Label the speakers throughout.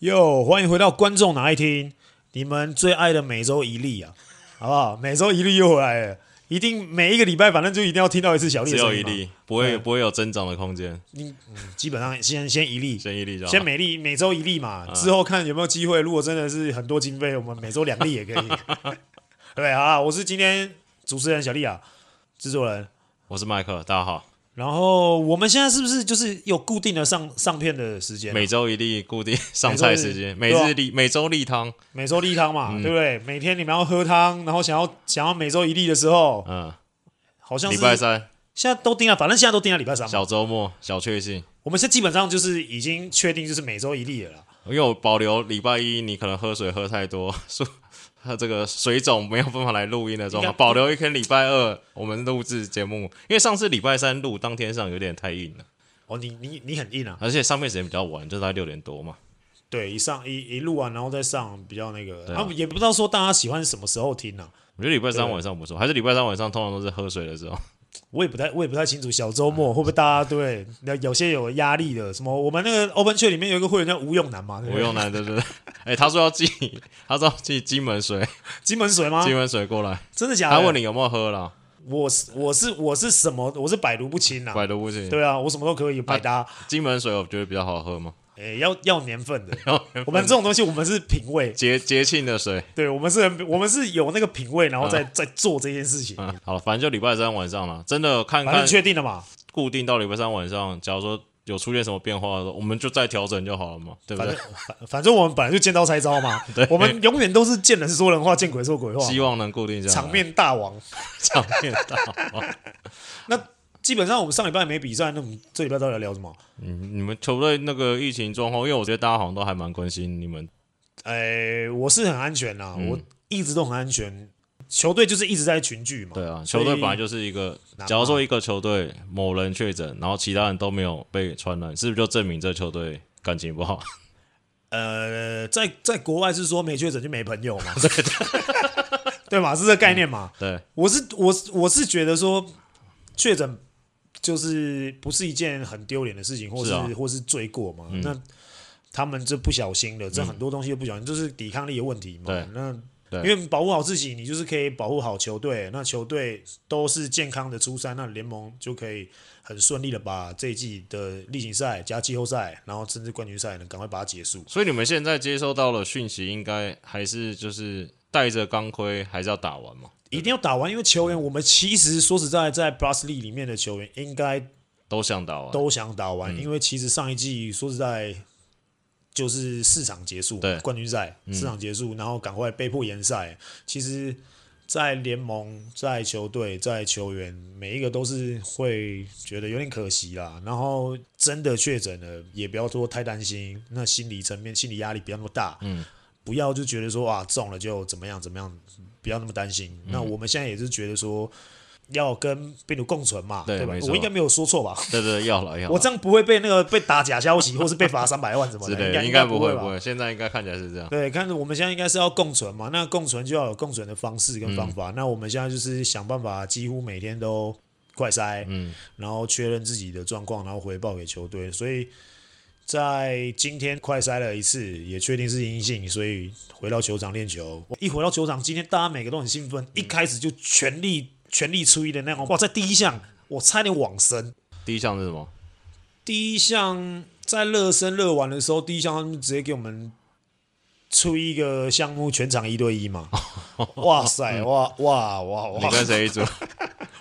Speaker 1: 哟，欢迎回到观众哪一听，你们最爱的每周一例啊，好不好？每周一例又回来了，一定每一个礼拜，反正就一定要听到一次小丽
Speaker 2: 只
Speaker 1: 的声
Speaker 2: 有
Speaker 1: 音
Speaker 2: 一
Speaker 1: 嘛。
Speaker 2: 例，不会不会有增长的空间，
Speaker 1: 你、嗯基本上先先一例，
Speaker 2: 先一例就好。
Speaker 1: 先每例每周一例
Speaker 2: 啊
Speaker 1: 嘛，之后看有没有机会。如果真的是很多经费，我们每周两例也可 以。对，好啦，我是今天主持人小丽啊，制作人。
Speaker 2: 我是麦克，大家好，
Speaker 1: 然后我们现在是不是就是有固定的上上片的时间啊？
Speaker 2: 每周一例固定上菜时间，每
Speaker 1: 每周日啊
Speaker 2: 日例每周例汤，
Speaker 1: 每周例汤
Speaker 2: 嗯
Speaker 1: 嘛，对不对？每天你们要喝汤，然后想要想要每周一例的时候，
Speaker 2: 嗯，
Speaker 1: 好像
Speaker 2: 礼
Speaker 1: 是
Speaker 2: 拜三
Speaker 1: 现在都定了，反正现在都定了礼拜三嘛。
Speaker 2: 小周末小确幸，
Speaker 1: 我们现在基本上就是已经确定就是每周一例了啦。
Speaker 2: 因为我保留礼拜一你可能喝水喝太多，所以 他这个水肿没有办法来录音的状
Speaker 1: 应
Speaker 2: 况，
Speaker 1: 该
Speaker 2: 保留一天礼拜二我们录制节目，因为上次礼拜三录当天上有点太硬了，
Speaker 1: 哦，你你你很硬啊，
Speaker 2: 而且上面时间比较晚，就大概六点多嘛，
Speaker 1: 对，一上一一录完然后再上比较那个，
Speaker 2: 对
Speaker 1: 然
Speaker 2: 啊
Speaker 1: 后、也不知道说大家喜欢什么时候听啊，
Speaker 2: 我觉得礼拜三
Speaker 1: 对
Speaker 2: 晚上不错，还是礼拜三晚上通常都是喝水的时候，
Speaker 1: 我也不太我也不太清楚小周
Speaker 2: 嗯
Speaker 1: 末会不会大家对有有些有压力的什么，我们那个 Open Chat 里面有一个会员叫吴永南嘛，对不
Speaker 2: 我
Speaker 1: 对
Speaker 2: 用男的对不对？哎、他说要寄，他说要寄金门水，
Speaker 1: 金门水吗
Speaker 2: 金？门水过来，
Speaker 1: 真的假的？
Speaker 2: 他问你有没有喝了，
Speaker 1: 我是我是我是什么？我是百毒不侵啊。
Speaker 2: 百毒不侵。
Speaker 1: 对啊，我什么都可以百搭，
Speaker 2: 金门水我觉得比较好喝嘛，
Speaker 1: 诶、要要年份 的。
Speaker 2: 然后
Speaker 1: 我们这种东西，我们是品味，
Speaker 2: 节节庆的水，
Speaker 1: 对我们是很，我们是有那个品味，然后再再做这件事情。
Speaker 2: 嗯，好了，反正就礼拜三晚上了，真的看
Speaker 1: 反
Speaker 2: 看
Speaker 1: 正确定了嘛，
Speaker 2: 固定到礼拜三晚上，假如说有出现什么变化的时候，我们就再调整就好了嘛，对不
Speaker 1: 反正
Speaker 2: 对？
Speaker 1: 反反正我们本来就见招拆招嘛，我们永远都是见人说人话，见鬼说鬼话，
Speaker 2: 希望能固定这样
Speaker 1: 场面大王。
Speaker 2: 场面大。
Speaker 1: 基本上我们上礼拜没比赛，那我们这礼拜到底要聊什么？
Speaker 2: 嗯， 你们球队那个疫情状况，因为我觉得大家好像都还蛮关心你们，
Speaker 1: 诶、哎我是很安全啦，
Speaker 2: 嗯
Speaker 1: 我一直都很安全。球队就是一直在群聚嘛，
Speaker 2: 对啊，
Speaker 1: 所
Speaker 2: 球
Speaker 1: 以
Speaker 2: 队本来就是一个
Speaker 1: 哪怕
Speaker 2: 假如说一个球队某人确诊，然后其他人都没有被传染，是不是就证明这球队感情不 好？
Speaker 1: 呃，在在国外是说没确诊就没朋友 嘛，对 对嘛，是这概念嘛。
Speaker 2: 对，
Speaker 1: 我是我是我是觉得说确诊就是不是一件很丢脸的事情，或是
Speaker 2: 是啊嗯
Speaker 1: 或是罪过嘛。那他们这不小心的，这很多东西都不小心，就是抵抗力的问题嘛
Speaker 2: 对。
Speaker 1: 那
Speaker 2: 对
Speaker 1: 因为保护好自己，你就是可以保护好球队。那球队都是健康的出赛，那联盟就可以很顺利的把这一季的例行赛加季后赛，然后甚至冠军赛呢，赶快把它结束。
Speaker 2: 所以你们现在接收到的讯息，应该还是就是带着钢盔，还是要打完嘛？
Speaker 1: 一定要打完，因为球员，我们其实说实在，在 Plus League 里面的球员应该
Speaker 2: 都想打完，
Speaker 1: 都想打
Speaker 2: 嗯
Speaker 1: 完，因为其实上一季说实在，就是四场结束，
Speaker 2: 对嗯
Speaker 1: 冠军赛四场结束，然后赶快被迫延赛。其实，在联盟、在球队、在球员，每一个都是会觉得有点可惜啦。然后真的确诊了，也不要说太担心，那心理层面、心理压力不要那么大，
Speaker 2: 嗯，
Speaker 1: 不要就觉得说啊中了就怎么样怎么样，不要那么担心。
Speaker 2: 嗯
Speaker 1: 那我们现在也是觉得说。要跟病毒共存嘛，
Speaker 2: 对
Speaker 1: 吧
Speaker 2: 没？错
Speaker 1: 我应该没有说错吧？
Speaker 2: 对对，要了要了
Speaker 1: 我这样不会被那个被打假消息，或是被罚三百万什么
Speaker 2: 之
Speaker 1: 的，
Speaker 2: 类
Speaker 1: 应
Speaker 2: 的，
Speaker 1: 该
Speaker 2: 应
Speaker 1: 该
Speaker 2: 不
Speaker 1: 会
Speaker 2: 不
Speaker 1: 吧？
Speaker 2: 会，现在应该看起来是这样。
Speaker 1: 对，看我们现在应该是要共存嘛，那共存就要有共存的方式跟方
Speaker 2: 嗯
Speaker 1: 法。那我们现在就是想办法，几乎每天都快筛，
Speaker 2: 嗯，
Speaker 1: 然后确认自己的状况，然后回报给球队。所以在今天快筛了一次，也确定是阴性，所以回到球场练球。一回到球场，今天大家每个都很兴
Speaker 2: 嗯
Speaker 1: 奋，一开始就全力全力出一的那种，哇，在第一项我差点往生。
Speaker 2: 第一项是什么？
Speaker 1: 第一项在热身热完的时候，第一项他们直接给我们出一个项目，全场一对一嘛。哇塞，哇哇哇
Speaker 2: 你
Speaker 1: 哇！
Speaker 2: 跟谁 一组？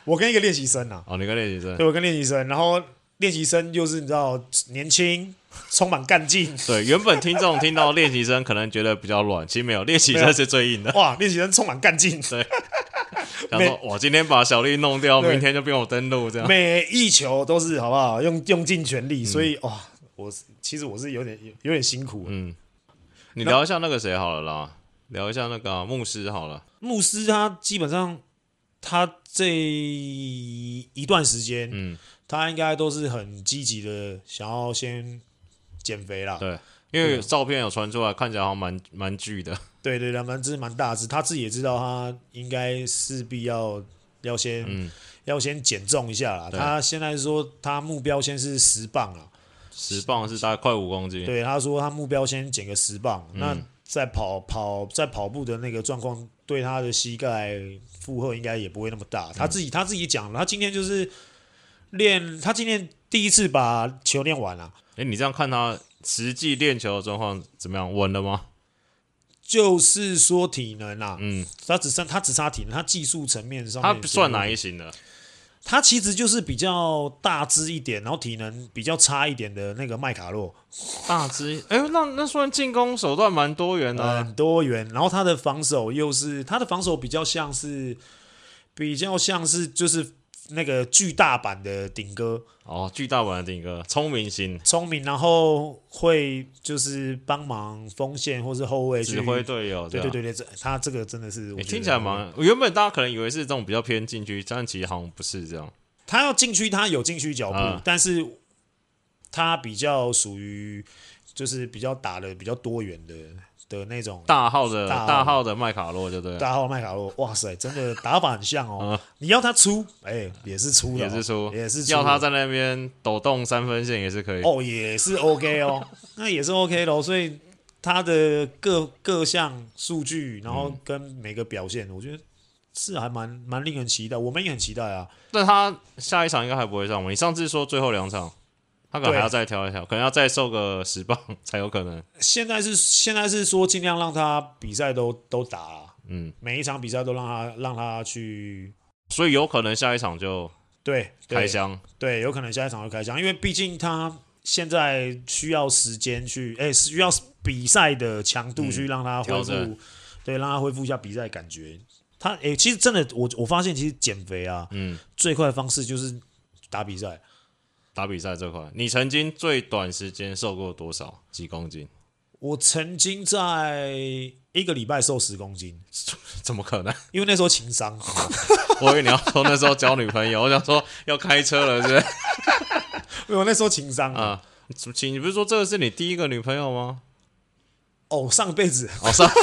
Speaker 1: 我跟一个练习生啊，
Speaker 2: 哦，你跟练习生。
Speaker 1: 对，我跟练习生，然后练习生就是你知道年轻，充满干劲。
Speaker 2: 对，原本听众听到练习生可能觉得比较软，其实没有，练习
Speaker 1: 没有
Speaker 2: 生是最硬的。
Speaker 1: 哇，练习生充满干劲，
Speaker 2: 想说，我今天把小丽弄掉，
Speaker 1: 对
Speaker 2: 明天就不用我登录这样。
Speaker 1: 每一球都是好不好？用用尽全力，所以哇，我是其实我是有点有点辛苦。
Speaker 2: 嗯，你聊一下那个谁好了啦，聊一下那个啊、牧师好了。
Speaker 1: 牧师他基本上他这一段时间，
Speaker 2: 嗯，
Speaker 1: 他应该都是很积极的，想要先减肥啦。
Speaker 2: 对，因为照片有传出来，看起来好像蛮蛮巨 的。
Speaker 1: 对对对，蛮这是蛮大致，他自己也知道，他应该势必要要先、
Speaker 2: 嗯，
Speaker 1: 要先减重一下啦。
Speaker 2: 对
Speaker 1: 他现在说他目标先是十磅啦，
Speaker 2: 十磅是大概快五公斤，
Speaker 1: 对，他说他目标先减个十磅，
Speaker 2: 嗯
Speaker 1: 那在跑跑在跑步的那个状况，对他的膝盖负荷应该也不会那么大。
Speaker 2: 嗯
Speaker 1: 他自己他自己讲了，他今天就是练，他今天第一次把球练完了、啊
Speaker 2: 哎，你这样看他实际练球的状况怎么样？稳了吗？
Speaker 1: 就是说体能啊，
Speaker 2: 嗯，
Speaker 1: 他只剩他只差体能，他技术层面上
Speaker 2: 他
Speaker 1: 面
Speaker 2: 算哪
Speaker 1: 一？
Speaker 2: 一型的？
Speaker 1: 他其实就是比较大只一点，然后体能比较差一点的那个麦卡洛，
Speaker 2: 大只，哎，那那算进攻手段蛮多元的啊、
Speaker 1: 很多元。然后他的防守又是他的防守比较像是比较像是就是那个巨大版的顶哥，
Speaker 2: 哦，巨大版的顶哥，聪明型，
Speaker 1: 聪明，然后会就是帮忙锋线或是后卫去
Speaker 2: 指挥。队友，
Speaker 1: 对
Speaker 2: 这样
Speaker 1: 对对对，这他这个真的是我
Speaker 2: 欸
Speaker 1: 觉得
Speaker 2: 听起来蛮……我原本大家可能以为是这种比较偏禁区，但其实好像不是这样。
Speaker 1: 他要禁区，他有禁区脚步，
Speaker 2: 啊
Speaker 1: 但是他比较属于就是比较打的比较多元的的那种
Speaker 2: 大号的
Speaker 1: 大号
Speaker 2: 大号的麦卡洛，就对 了，
Speaker 1: 大号麦卡洛，哇塞，真的打法很像哦。你要他出，哎、也是出的哦、
Speaker 2: 嗯也是出
Speaker 1: 也是出
Speaker 2: 要他在那边抖动三分线也是可以。
Speaker 1: 哦，也是 OK 哦， 那也是 OK 咯。所以他的各各项数据，然后跟每个表现，
Speaker 2: 嗯
Speaker 1: 我觉得是还蛮蛮令人期待，我们也很期待啊。
Speaker 2: 那他下一场应该还不会上吗？你上次说最后两场，他可能
Speaker 1: 对啊
Speaker 2: 还要再调一调，可能要再瘦个十磅才有可能。
Speaker 1: 现在是现在是说尽量让他比赛都都打啊，
Speaker 2: 嗯，
Speaker 1: 每一场比赛都让他让他去
Speaker 2: 所以有可能下一场就
Speaker 1: 对对
Speaker 2: 开箱。
Speaker 1: 对，有可能下一场会开枪，因为毕竟他现在需要时间去，哎、需要比赛的强度去让他恢
Speaker 2: 嗯调
Speaker 1: 复，
Speaker 2: 整
Speaker 1: 对，让他恢复一下比赛的感觉。他哎、其实真的，我我发现其实减肥啊，
Speaker 2: 嗯，
Speaker 1: 最快的方式就是打比赛。
Speaker 2: 打比赛这块，你曾经最短时间瘦过多少？几公斤？
Speaker 1: 我曾经在一个礼拜瘦十公斤，
Speaker 2: 怎么可能？
Speaker 1: 因为那时候情商，
Speaker 2: 我以为你要说那时候交女朋友，我想说要开车了，是不是？
Speaker 1: 因为我那时候情商啊，
Speaker 2: 啊，什么情？你不是说这个是你第一个女朋友吗？
Speaker 1: 哦，上辈子
Speaker 2: 哦，上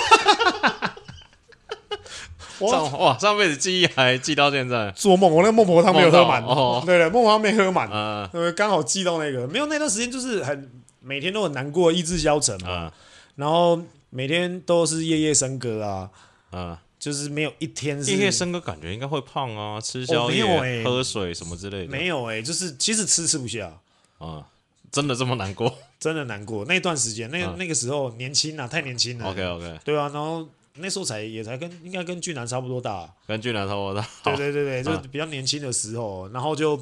Speaker 1: 我
Speaker 2: 上哇，上辈子记忆还记到现在。
Speaker 1: 做梦，我那个孟婆汤没有喝满，
Speaker 2: 梦到哦
Speaker 1: 对对，孟婆汤没喝满，
Speaker 2: 呃
Speaker 1: 呃，刚好记到那个，没有那段时间就是很每天都很难过，意志消沉嘛，
Speaker 2: 呃
Speaker 1: 然后每天都是夜夜笙歌啊，
Speaker 2: 呃，
Speaker 1: 就是没有一天是
Speaker 2: 夜夜笙歌感觉应该会胖啊，吃宵夜、
Speaker 1: 哦没有欸
Speaker 2: 喝水什么之类的。
Speaker 1: 没有哎、就是其实吃吃不下，
Speaker 2: 啊、真的这么难 过
Speaker 1: 真的难过那段时间，那、
Speaker 2: 嗯
Speaker 1: 那个时候年轻啊，太年轻了，
Speaker 2: ？OK OK，
Speaker 1: 对啊，然后那时候才也才跟应该跟俊男差不多大、啊
Speaker 2: 跟俊男差不多大。
Speaker 1: 对对对对，
Speaker 2: 好 嗯
Speaker 1: 就是比较年轻的时候，然后就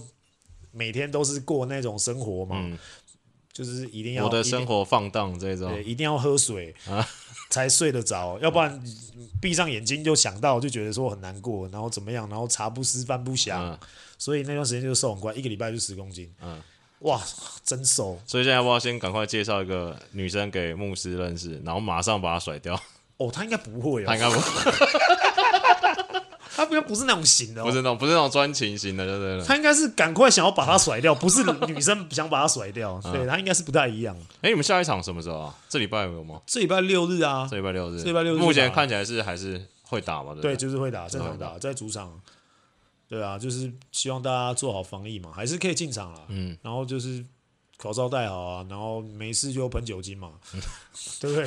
Speaker 1: 每天都是过那种生活嘛，
Speaker 2: 嗯，
Speaker 1: 就是一定要
Speaker 2: 我的
Speaker 1: 一定
Speaker 2: 生活放荡这种
Speaker 1: 对，一定要喝水
Speaker 2: 啊
Speaker 1: 才睡得着，要不然闭上眼睛就想到，就觉得说很难过，然后怎么样，然后茶不思饭不想，
Speaker 2: 嗯，
Speaker 1: 所以那段时间就瘦很快，一个礼拜就十公斤，
Speaker 2: 嗯
Speaker 1: 哇，真瘦
Speaker 2: 所以现在要不要先赶快介绍一个女生给牧师认识，然后马上把她甩 掉？
Speaker 1: 哦，他应该不会
Speaker 2: 他应
Speaker 1: 哦，
Speaker 2: 该不
Speaker 1: 他不该不是那种型的、
Speaker 2: 不
Speaker 1: 哦
Speaker 2: 是。那种不是那种专情型的，对对了。
Speaker 1: 他应该是赶快想要把他甩掉，不是女生想把他甩掉，
Speaker 2: 啊
Speaker 1: 对他应该是不太一样。
Speaker 2: 哎、你们下一场什么时候啊？这礼拜有吗？
Speaker 1: 这礼拜六日啊，
Speaker 2: 这礼拜六日。
Speaker 1: 这礼拜六日
Speaker 2: 目前
Speaker 1: 打
Speaker 2: 看起来是还是会打嘛？对不
Speaker 1: 对，
Speaker 2: 对？
Speaker 1: 就是会打，正常
Speaker 2: 会打
Speaker 1: 打，在主场。对啊，就是希望大家做好防疫嘛，还是可以进场啦。
Speaker 2: 嗯，
Speaker 1: 然后就是口罩戴好啊，然后没事就喷酒精 嘛，对不对？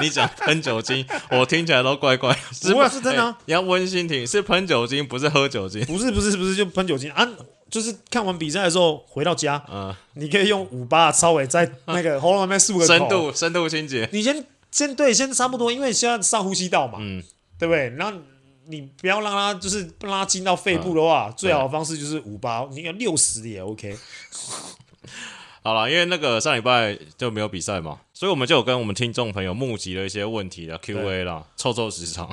Speaker 2: 你讲喷酒精，我听起来都怪怪。是
Speaker 1: 不会是真的啊
Speaker 2: 哎你要温馨听，是喷酒精，不是喝酒精。
Speaker 1: 不是不是不是，就喷酒精啊！就是看完比赛的时候回到家，
Speaker 2: 嗯、
Speaker 1: 你可以用五八稍微在那 个喉咙那边漱个口
Speaker 2: 深，度深度清洁。
Speaker 1: 你先先对，先差不多，因为现在上呼吸道嘛，
Speaker 2: 嗯，
Speaker 1: 对不对？然后你不要让它就是让它进到肺部的
Speaker 2: 嗯
Speaker 1: 话，最好的方式就是五八，你看六十也 OK。
Speaker 2: 好了，因为那个上礼拜就没有比赛嘛，所以我们就有跟我们听众朋友募集了一些问题啦、Q&A 啦，凑凑时长。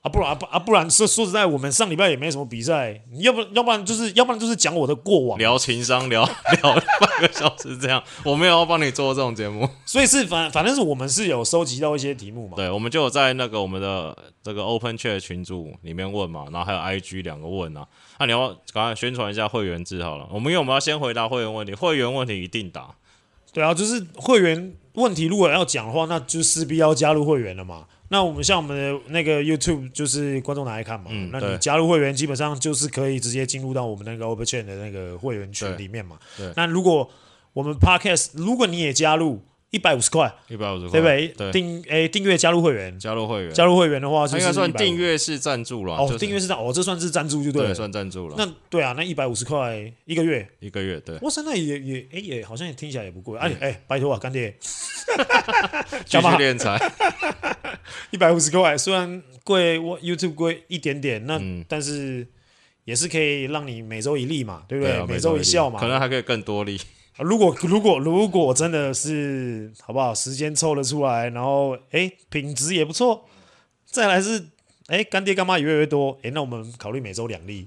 Speaker 1: 啊，不然啊不啊，不然说说实在，我们上礼拜也没什么比赛，你要不要不然就是要不然就是讲我的过往，
Speaker 2: 聊情商，聊 聊半个小时这样，我没有要帮你做这种节目。
Speaker 1: 所以是反反正是我们是有收集到一些题目嘛，
Speaker 2: 对，我们就有在那个我们的这个 Open Chat 群组里面问嘛，然后还有 IG 两个问啊。那、你要赶快宣传一下会员制好了。我们因为我们要先回答会员问题，会员问题一定答。
Speaker 1: 对啊，就是会员问题如果要讲的话，那就势必要加入会员了嘛。那我们像我们的那个 YouTube 就是观众拿来看嘛，
Speaker 2: 嗯
Speaker 1: 那
Speaker 2: 对
Speaker 1: 你加入会员基本上就是可以直接进入到我们那个 Open Chain 的那个会员群
Speaker 2: 对
Speaker 1: 里面嘛
Speaker 2: 对。
Speaker 1: 那如果我们 Podcast 如果你也加入，一百五十块，
Speaker 2: 一百五十
Speaker 1: 对
Speaker 2: 块，
Speaker 1: 不对？
Speaker 2: 对，
Speaker 1: 订诶订阅加入会员，
Speaker 2: 加入会员，
Speaker 1: 加入会员的话就
Speaker 2: 它
Speaker 1: 是
Speaker 2: 应该算
Speaker 1: 150
Speaker 2: 订阅式赞助了，就
Speaker 1: 哦，
Speaker 2: 是
Speaker 1: 订阅是这样哦，这算是赞助就
Speaker 2: 对
Speaker 1: 了。
Speaker 2: 算赞助了，
Speaker 1: 那对啊，那一百五十块一个月，
Speaker 2: 一个月对，
Speaker 1: 哇塞，那也也哎、也好像也听起来也不贵，哎、
Speaker 2: 嗯
Speaker 1: 哎、拜托啊，干爹，
Speaker 2: 继
Speaker 1: 干嘛
Speaker 2: 续练财，
Speaker 1: 一百五十块虽然贵，我 YouTube 贵一点点，那、
Speaker 2: 嗯
Speaker 1: 但是也是可以让你每周一例嘛，对不对？
Speaker 2: 啊，
Speaker 1: 每
Speaker 2: 周
Speaker 1: 周一笑嘛啊
Speaker 2: 可。能还可以更多利，
Speaker 1: 如果如果如果真的是好不好，时间凑得出来，然后哎、品质也不错，再来是哎、干爹干妈也越来越多，哎、那我们考虑每周两例，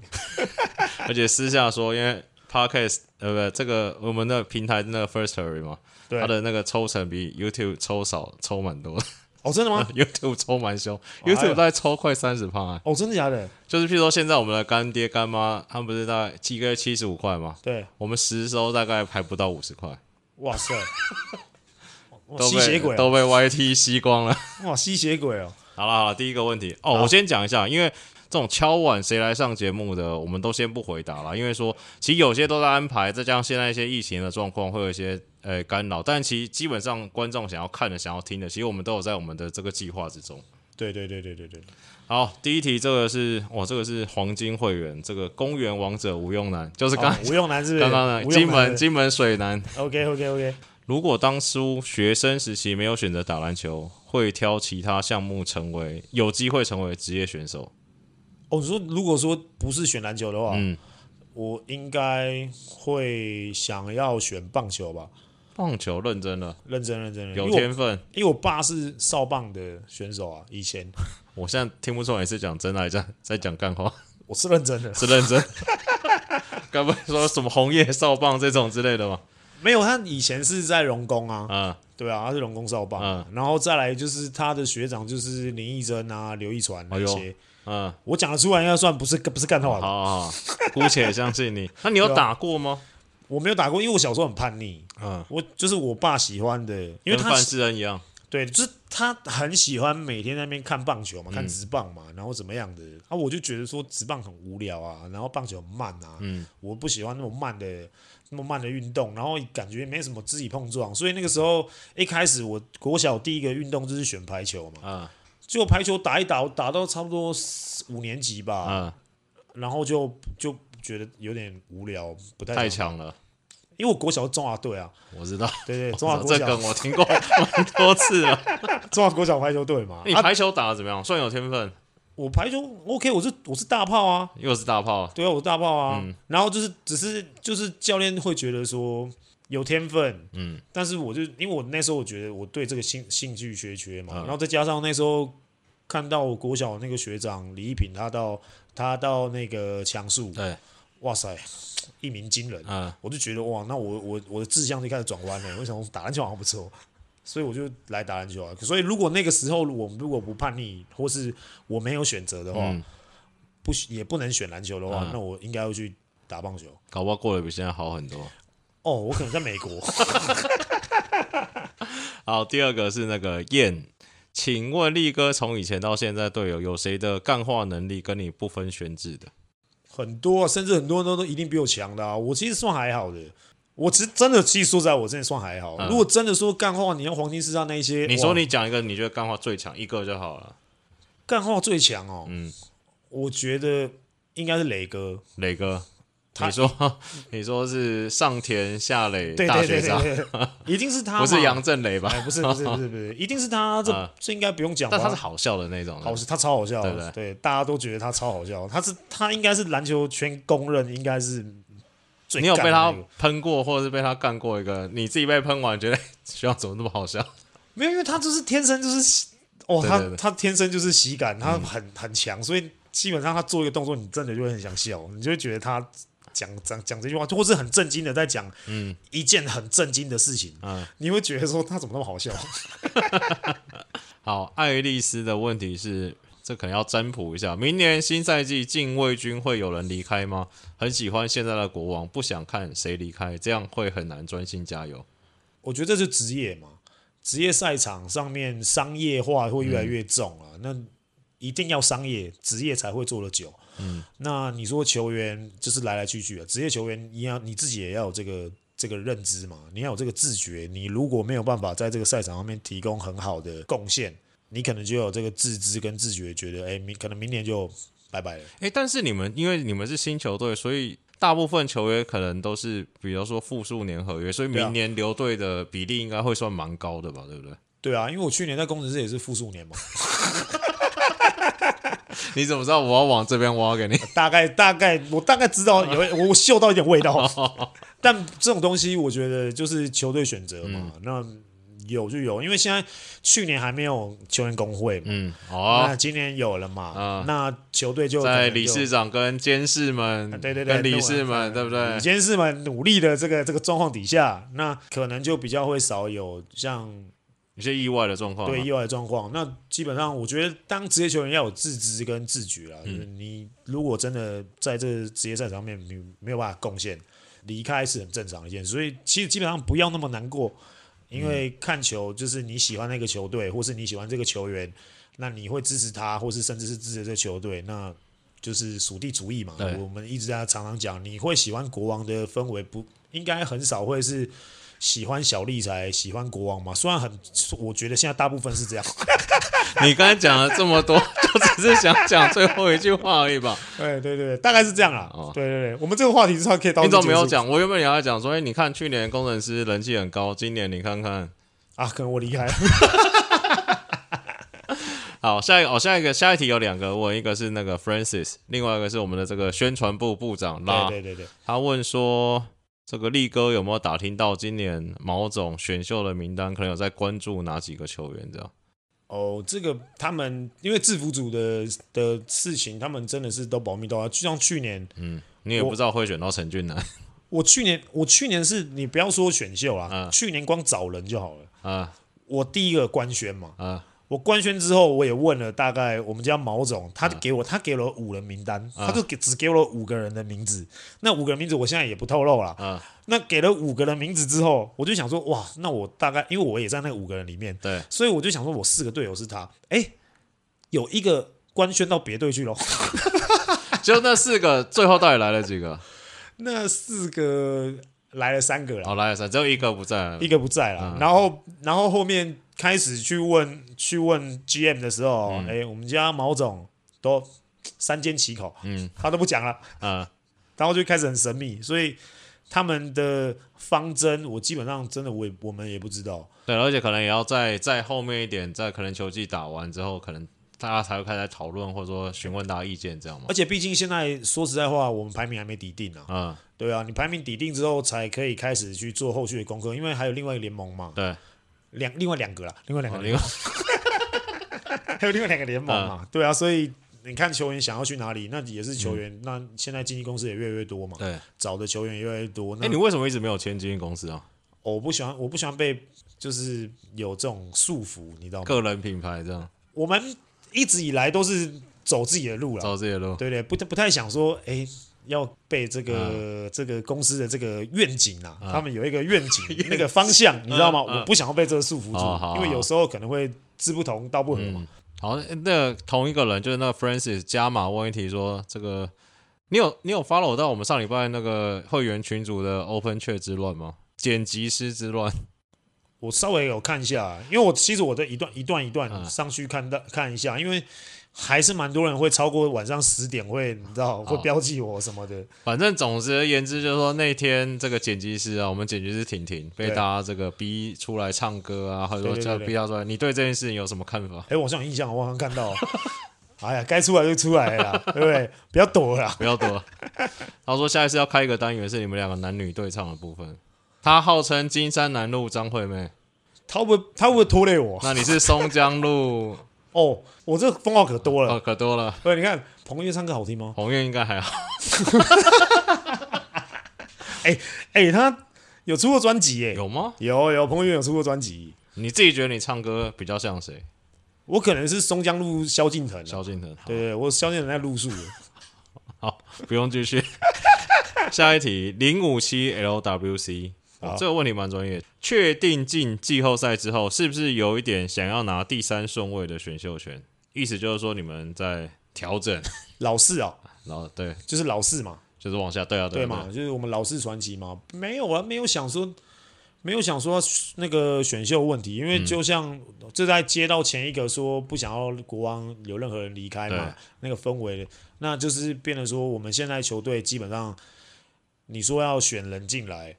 Speaker 2: 而且私下说，因为 Podcast 呃不，这个我们的平台那个 Firstory 嘛，
Speaker 1: 对
Speaker 2: 它的那个抽成比 YouTube 抽少抽蛮多 的
Speaker 1: 哦，真的 吗？
Speaker 2: ，YouTube 抽蛮凶
Speaker 1: 哎呦
Speaker 2: ，YouTube 大概抽快三十趴，哎
Speaker 1: 哦，真的假的？
Speaker 2: 就是譬如说现在我们的干爹干妈，他们不是大概一个月七十五块嘛，
Speaker 1: 对，
Speaker 2: 我们实收大概还不到五十块，
Speaker 1: 哇 塞，哇
Speaker 2: 都
Speaker 1: 吸血
Speaker 2: 被
Speaker 1: 鬼哦、
Speaker 2: 都被 YT 啊吸光了。
Speaker 1: 哇吸血鬼哦、
Speaker 2: 好了好了，第一个问题哦，
Speaker 1: 好
Speaker 2: 我先讲一下，因为这种敲碗谁来上节目的，我们都先不回答了，因为说其实有些都在安排，再加上现在一些疫情的状况，会有一些呃干扰，但其实基本上观众想要看的、想要听的，其实我们都有在我们的这个计划之中。
Speaker 1: 对对对对对对，
Speaker 2: 好，第一题这个是哇，这个是黄金会员，这个公园王者吴用男，就是刚、
Speaker 1: 哦吴用男是不是？
Speaker 2: 刚刚的
Speaker 1: 吴
Speaker 2: 金
Speaker 1: 用
Speaker 2: 门
Speaker 1: 男
Speaker 2: 金门水男。
Speaker 1: OK OK OK，
Speaker 2: 如果当初学生时期没有选择打篮球，会挑其他项目成为有机会成为职业选手。
Speaker 1: 哦，你说如果说不是选篮球的话，
Speaker 2: 嗯，
Speaker 1: 我应该会想要选棒球吧？
Speaker 2: 棒球认真了，
Speaker 1: 认真认真，认真
Speaker 2: 有
Speaker 1: 因为我
Speaker 2: 天分。
Speaker 1: 因为我爸是少棒的选手啊，以前
Speaker 2: 我现在听不出来你是讲真的还是在在讲干话，
Speaker 1: 我是认真的，
Speaker 2: 是认真。 该不会说什么红叶少棒这种之类的吧？
Speaker 1: 没有他以前是在荣工啊，
Speaker 2: 啊、
Speaker 1: 对啊，他是龙工少棒啊、然后再来就是他的学长就是林义珍啊、刘义传那
Speaker 2: 哎
Speaker 1: 些，
Speaker 2: 嗯，
Speaker 1: 我讲得出来应该算不是不是干
Speaker 2: 好
Speaker 1: 话吧，
Speaker 2: 好好，姑且相信 你。那你有
Speaker 1: 对啊
Speaker 2: 打过吗？
Speaker 1: 我没有打过，因为我小时候很叛逆，
Speaker 2: 嗯，
Speaker 1: 我就是我爸喜欢的，啊因为
Speaker 2: 跟
Speaker 1: 他
Speaker 2: 范志恩一样，
Speaker 1: 对，就是他很喜欢每天在那边看棒球
Speaker 2: 嗯
Speaker 1: 嘛，看直棒嘛，然后怎么样的啊？我就觉得说直棒很无聊啊，然后棒球很慢啊，
Speaker 2: 嗯，
Speaker 1: 我不喜欢那么慢的、那么慢的运动，然后感觉没什么肢体碰撞，所以那个时候一开始我国小第一个运动就是选排球嘛，
Speaker 2: 啊
Speaker 1: 结果排球打一打，我打到差不多四五年级吧，
Speaker 2: 啊，
Speaker 1: 然后就就觉得有点无聊，不太
Speaker 2: 太
Speaker 1: 想，
Speaker 2: 强了，
Speaker 1: 因为我国小是中华队啊，
Speaker 2: 我知道。
Speaker 1: 对 对， 中华
Speaker 2: 我
Speaker 1: 国啊
Speaker 2: 这
Speaker 1: 小
Speaker 2: 梗我听过蛮多 次了。
Speaker 1: 中华国小排球队嘛，
Speaker 2: 你
Speaker 1: 啊，
Speaker 2: 排球打的怎么样？算有天分，
Speaker 1: 我排球 OK，我是我是大炮啊。
Speaker 2: 又是大炮，
Speaker 1: 对啊，我大爆
Speaker 2: 嗯
Speaker 1: 啊。然后就是只是就是教练会觉得说有天分，
Speaker 2: 嗯，
Speaker 1: 但是我就因为我那时候我觉得我对这个兴兴趣缺缺嘛，
Speaker 2: 嗯
Speaker 1: 然后再加上那时候看到我国小那个学长李一品，他到他到那个强速，
Speaker 2: 对，
Speaker 1: 哇塞，一鸣惊人。
Speaker 2: 嗯，
Speaker 1: 我就觉得哇，那我我我的志向就开始转弯了。为什么打篮球好像不错？所以我就来打篮球啊。所以如果那个时候我如果不叛逆，或是我没有选择的话，
Speaker 2: 嗯
Speaker 1: 不也不能选篮球的话，
Speaker 2: 嗯
Speaker 1: 那我应该要去打棒球。
Speaker 2: 搞不好过得比现在好很多。
Speaker 1: 哦，我可能在美国。
Speaker 2: 好，第二个是那个燕，请问力哥从以前到现在队友有谁的干化能力跟你不分轩制的？
Speaker 1: 很多、啊，甚至很多人都一定比我强的啊。我其实算还好的，我其实真的，其实说实在，我真的算还好。
Speaker 2: 嗯
Speaker 1: 如果真的说干话，你要黄金时尚那一些，
Speaker 2: 你说
Speaker 1: 哇
Speaker 2: 你讲一个，你觉得干化最强一个就好了。
Speaker 1: 干话最强哦，
Speaker 2: 嗯，
Speaker 1: 我觉得应该是磊哥。
Speaker 2: 磊哥，
Speaker 1: 他
Speaker 2: 你说 你说是上田下磊
Speaker 1: 对
Speaker 2: 大
Speaker 1: 对
Speaker 2: 学
Speaker 1: 对
Speaker 2: 长，
Speaker 1: 对对，一定是他嘛，
Speaker 2: 不是杨振磊吧？
Speaker 1: 哎，不是不是不是不是，一定是他，这
Speaker 2: 啊
Speaker 1: 这应该不用讲吧？
Speaker 2: 但他是好笑的那种的
Speaker 1: 好，，他超好笑
Speaker 2: 对不对，
Speaker 1: 对，大家都觉得他超好笑，他是他应该是篮球圈公认应该是最
Speaker 2: 你有
Speaker 1: 干
Speaker 2: 被
Speaker 1: 的那
Speaker 2: 他
Speaker 1: 个
Speaker 2: 喷过，或者是被他干过一个，你自己被喷完觉得 学长怎么那么好笑？
Speaker 1: 没有，因为他就是天生就是喜哦，
Speaker 2: 对对
Speaker 1: 他
Speaker 2: 对
Speaker 1: 他天生就是喜感，他很、很强，所以基本上他做一个动作，你真的就会很想笑，你就会觉得他讲讲讲这句话，或是很震惊的在讲
Speaker 2: 嗯
Speaker 1: 一件很震惊的事情，
Speaker 2: 嗯
Speaker 1: 你会觉得说他怎么那么好笑？
Speaker 2: 好，爱丽丝的问题是，这可能要占卜一下，明年新赛季禁卫军会有人离开吗？很喜欢现在的国王，不想看谁离开，这样会很难专心加油。
Speaker 1: 我觉得这是职业嘛，职业赛场上面商业化会越来越重啊，那一定要商业，职业才会做得久。嗯，那你说球员就是来来去去啊，职业球员一样，你自己也要有这个这个认知嘛，你要有这个自觉。你如果没有办法在这个赛场上面提供很好的贡献，你可能就有这个自知跟自觉，觉得哎，明可能明年就拜拜了。
Speaker 2: 哎，但是你们因为你们是新球队，所以大部分球员可能都是，比如说复数年合约，所以
Speaker 1: 对啊
Speaker 2: 明年留队的比例应该会算蛮高的吧，对不对？
Speaker 1: 对啊，因为我去年在工程师也是复数年嘛，
Speaker 2: 你怎么知道我要往这边 挖给你？
Speaker 1: 大概大概我大概知道 有我嗅到一点味道，但这种东西我觉得就是球队选择嘛，
Speaker 2: 嗯
Speaker 1: 那有就有，因为现在去年还没有球员工会嘛，
Speaker 2: 嗯，哦，
Speaker 1: 那今年有了嘛，
Speaker 2: 啊
Speaker 1: 那球队就
Speaker 2: 在
Speaker 1: 可能就啊
Speaker 2: 理事长跟监事们，
Speaker 1: 对对对，啊
Speaker 2: 跟理事们，对不对
Speaker 1: 理？监事们努力的这个这个状况底下，那可能就比较会少有像
Speaker 2: 有些意外的状况啊，
Speaker 1: 对意外的状况。那基本上，我觉得当职业球员要有自知跟自觉啦。就是你如果真的在这个职业赛场上面你没有办法贡献，离开是很正常的一件事。所以其实基本上不要那么难过，因为看球就是你喜欢那个球队，或是你喜欢这个球员，那你会支持他，或是甚至是支持这个球队，那。就是属地主义嘛
Speaker 2: 对，
Speaker 1: 我们一直在常常讲，你会喜欢国王的氛围不，应该很少会是喜欢小丽才喜欢国王嘛。虽然很，我觉得现在大部分是这样，
Speaker 2: 你刚才讲了这么多， 就只是想讲最后一句话而已吧？
Speaker 1: 对对对，大概是这样啦。
Speaker 2: 哦
Speaker 1: 对对对，我们这个话题是可以到
Speaker 2: 听
Speaker 1: 这
Speaker 2: 众
Speaker 1: 结
Speaker 2: 没有
Speaker 1: 束
Speaker 2: 讲，我原本也要讲说，哎、你看去年工程师人气很高，今年你看看，
Speaker 1: 啊，可能我离 开了。
Speaker 2: 好，下一个，哦，下一个，下一题有两个问，一个是那个 Francis，另外一个是我们的这个宣传部部长拉，
Speaker 1: 对对对对，
Speaker 2: 他问说，这个力哥有没有打听到今年毛总选秀的名单，可能有在关注哪几个球员这样？
Speaker 1: 哦，这个他们因为制服组的的事情，他们真的是都保密到啊，就像去年，
Speaker 2: 嗯，你也不知道会选到陈俊南
Speaker 1: 我去年我去年是你不要说选秀啦，
Speaker 2: 嗯
Speaker 1: 去年光找人就好了。
Speaker 2: 啊
Speaker 1: 我第一个官宣嘛，
Speaker 2: 啊
Speaker 1: 我官宣之后，我也问了大概我们家毛总，他
Speaker 2: 嗯
Speaker 1: 就给我、他给了我五人名单，他就给只给了我五个人的名字，那五个人名字我现在也不透露了。
Speaker 2: 啊，
Speaker 1: 那给了五个人名字之后，我就想说，哇，那我大概因为我也在那五个人里面，
Speaker 2: 对，
Speaker 1: 所以我就想说我四个队友是他，哎，有一个官宣到别队去了，
Speaker 2: 就那四个，最后到底来了几个？
Speaker 1: 那四个来了三个了，
Speaker 2: 哦，来了三，只有一个不在，
Speaker 1: 一个不在了，然后然后后面开始去问去问 GM 的时候，哎、我们家毛总都三缄其口，
Speaker 2: 嗯
Speaker 1: 他都不讲了，
Speaker 2: 啊
Speaker 1: 然后就开始很神秘，所以他们的方针我基本上真的我也我们也不知道，
Speaker 2: 对，而且可能也要在在后面一点，在可能球季打完之后，可能大家才会开始讨论或者说询问大家意见，这样嘛
Speaker 1: 而。且毕竟现在说实在话，我们排名还没底定啊，
Speaker 2: 嗯，
Speaker 1: 对啊，你排名底定之后才可以开始去做后续的功课，因为还有另外一个联盟嘛，
Speaker 2: 对，
Speaker 1: 两另外两个啦，另外两个
Speaker 2: 哦
Speaker 1: 联
Speaker 2: 另外
Speaker 1: 还有另外两个联盟嘛，
Speaker 2: 嗯
Speaker 1: 对啊，所以你看球员想要去哪里，那也是球员。那现在经纪公司也越来越多嘛，
Speaker 2: 嗯对，
Speaker 1: 找的球员也越来越多。
Speaker 2: 哎、
Speaker 1: 那、
Speaker 2: 你为什么一直没有签经纪公司啊？
Speaker 1: 哦我不喜欢，我不喜欢被就是有这种束缚，你知道吗？
Speaker 2: 个人品牌这样
Speaker 1: 我们一直以来都是走自己的路了，
Speaker 2: 走这些路，
Speaker 1: 对不对？不不太想说，哎、要被这个、
Speaker 2: 嗯
Speaker 1: 这个公司的这个愿景啊，他们有一个愿 景，那个方向，你知道吗？
Speaker 2: 嗯嗯
Speaker 1: 我不想要被这个束缚住，
Speaker 2: 好好嗯
Speaker 1: 因为有时候可能会志不同道不合嘛。
Speaker 2: 好，那同一个人就是那个 Francis 加码问一题说，这个你有你有 follow 到我们上礼拜那个会员群组的 Open 雀之乱吗？剪辑师之乱，
Speaker 1: 我稍微有看一下，因为我其实我的一段一段一段
Speaker 2: 嗯
Speaker 1: 上去看到、看一下，因为还是蛮多人会超过晚上十点会，你知道
Speaker 2: 哦
Speaker 1: 会标记我什么的。
Speaker 2: 反正总之而言之，就是说那天这个剪辑师啊，我们剪辑师婷婷被
Speaker 1: 对
Speaker 2: 大家这个逼出来唱歌啊，或者说
Speaker 1: 对对
Speaker 2: 叫
Speaker 1: 对
Speaker 2: 逼他出来，你对这件事情有什么看法？
Speaker 1: 哎、我好像有印象，我好像看到， 哎呀，该出来就出来了啦，对不对？不要躲了啦。
Speaker 2: 不要多。他说下一次要开一个单元是你们两个男女对唱的部分。他号称金山南路张 惠妹，
Speaker 1: 他会不会他会不会拖累我？
Speaker 2: 那你是松江路，
Speaker 1: 哦，我这封号可多了。
Speaker 2: 哦，可多了。
Speaker 1: 对，你看彭于晏唱歌好听吗？
Speaker 2: 红月应该还好，
Speaker 1: 哎、他有出过专辑耶，
Speaker 2: 有吗？
Speaker 1: 有有彭于晏有出过专辑。
Speaker 2: 你自己觉得你唱歌比较像谁？
Speaker 1: 我可能是松江路萧敬腾、啊，
Speaker 2: 萧敬腾。好
Speaker 1: 对对，我萧敬腾在路数了。
Speaker 2: 好，不用继续。 下一题，零五七 LWC，、哦
Speaker 1: 好
Speaker 2: 这个问题蛮专业。确定进季后赛之后，是不是有一点想要拿第三顺位的选秀权？意思就是说你们在调整，
Speaker 1: 老四啊、
Speaker 2: 然后对，
Speaker 1: 就是老四嘛，
Speaker 2: 就是往下，对啊，
Speaker 1: 对
Speaker 2: 对啊
Speaker 1: 嘛？就是我们老式传奇嘛，没有啊，没有想说，没有想说那个选秀问题，因为就
Speaker 2: 嗯
Speaker 1: 像这在接到前一个说不想要国王有任何人离开嘛
Speaker 2: 对，
Speaker 1: 那个氛围，那就是变得说我们现在球队基本上，你说要选人进来。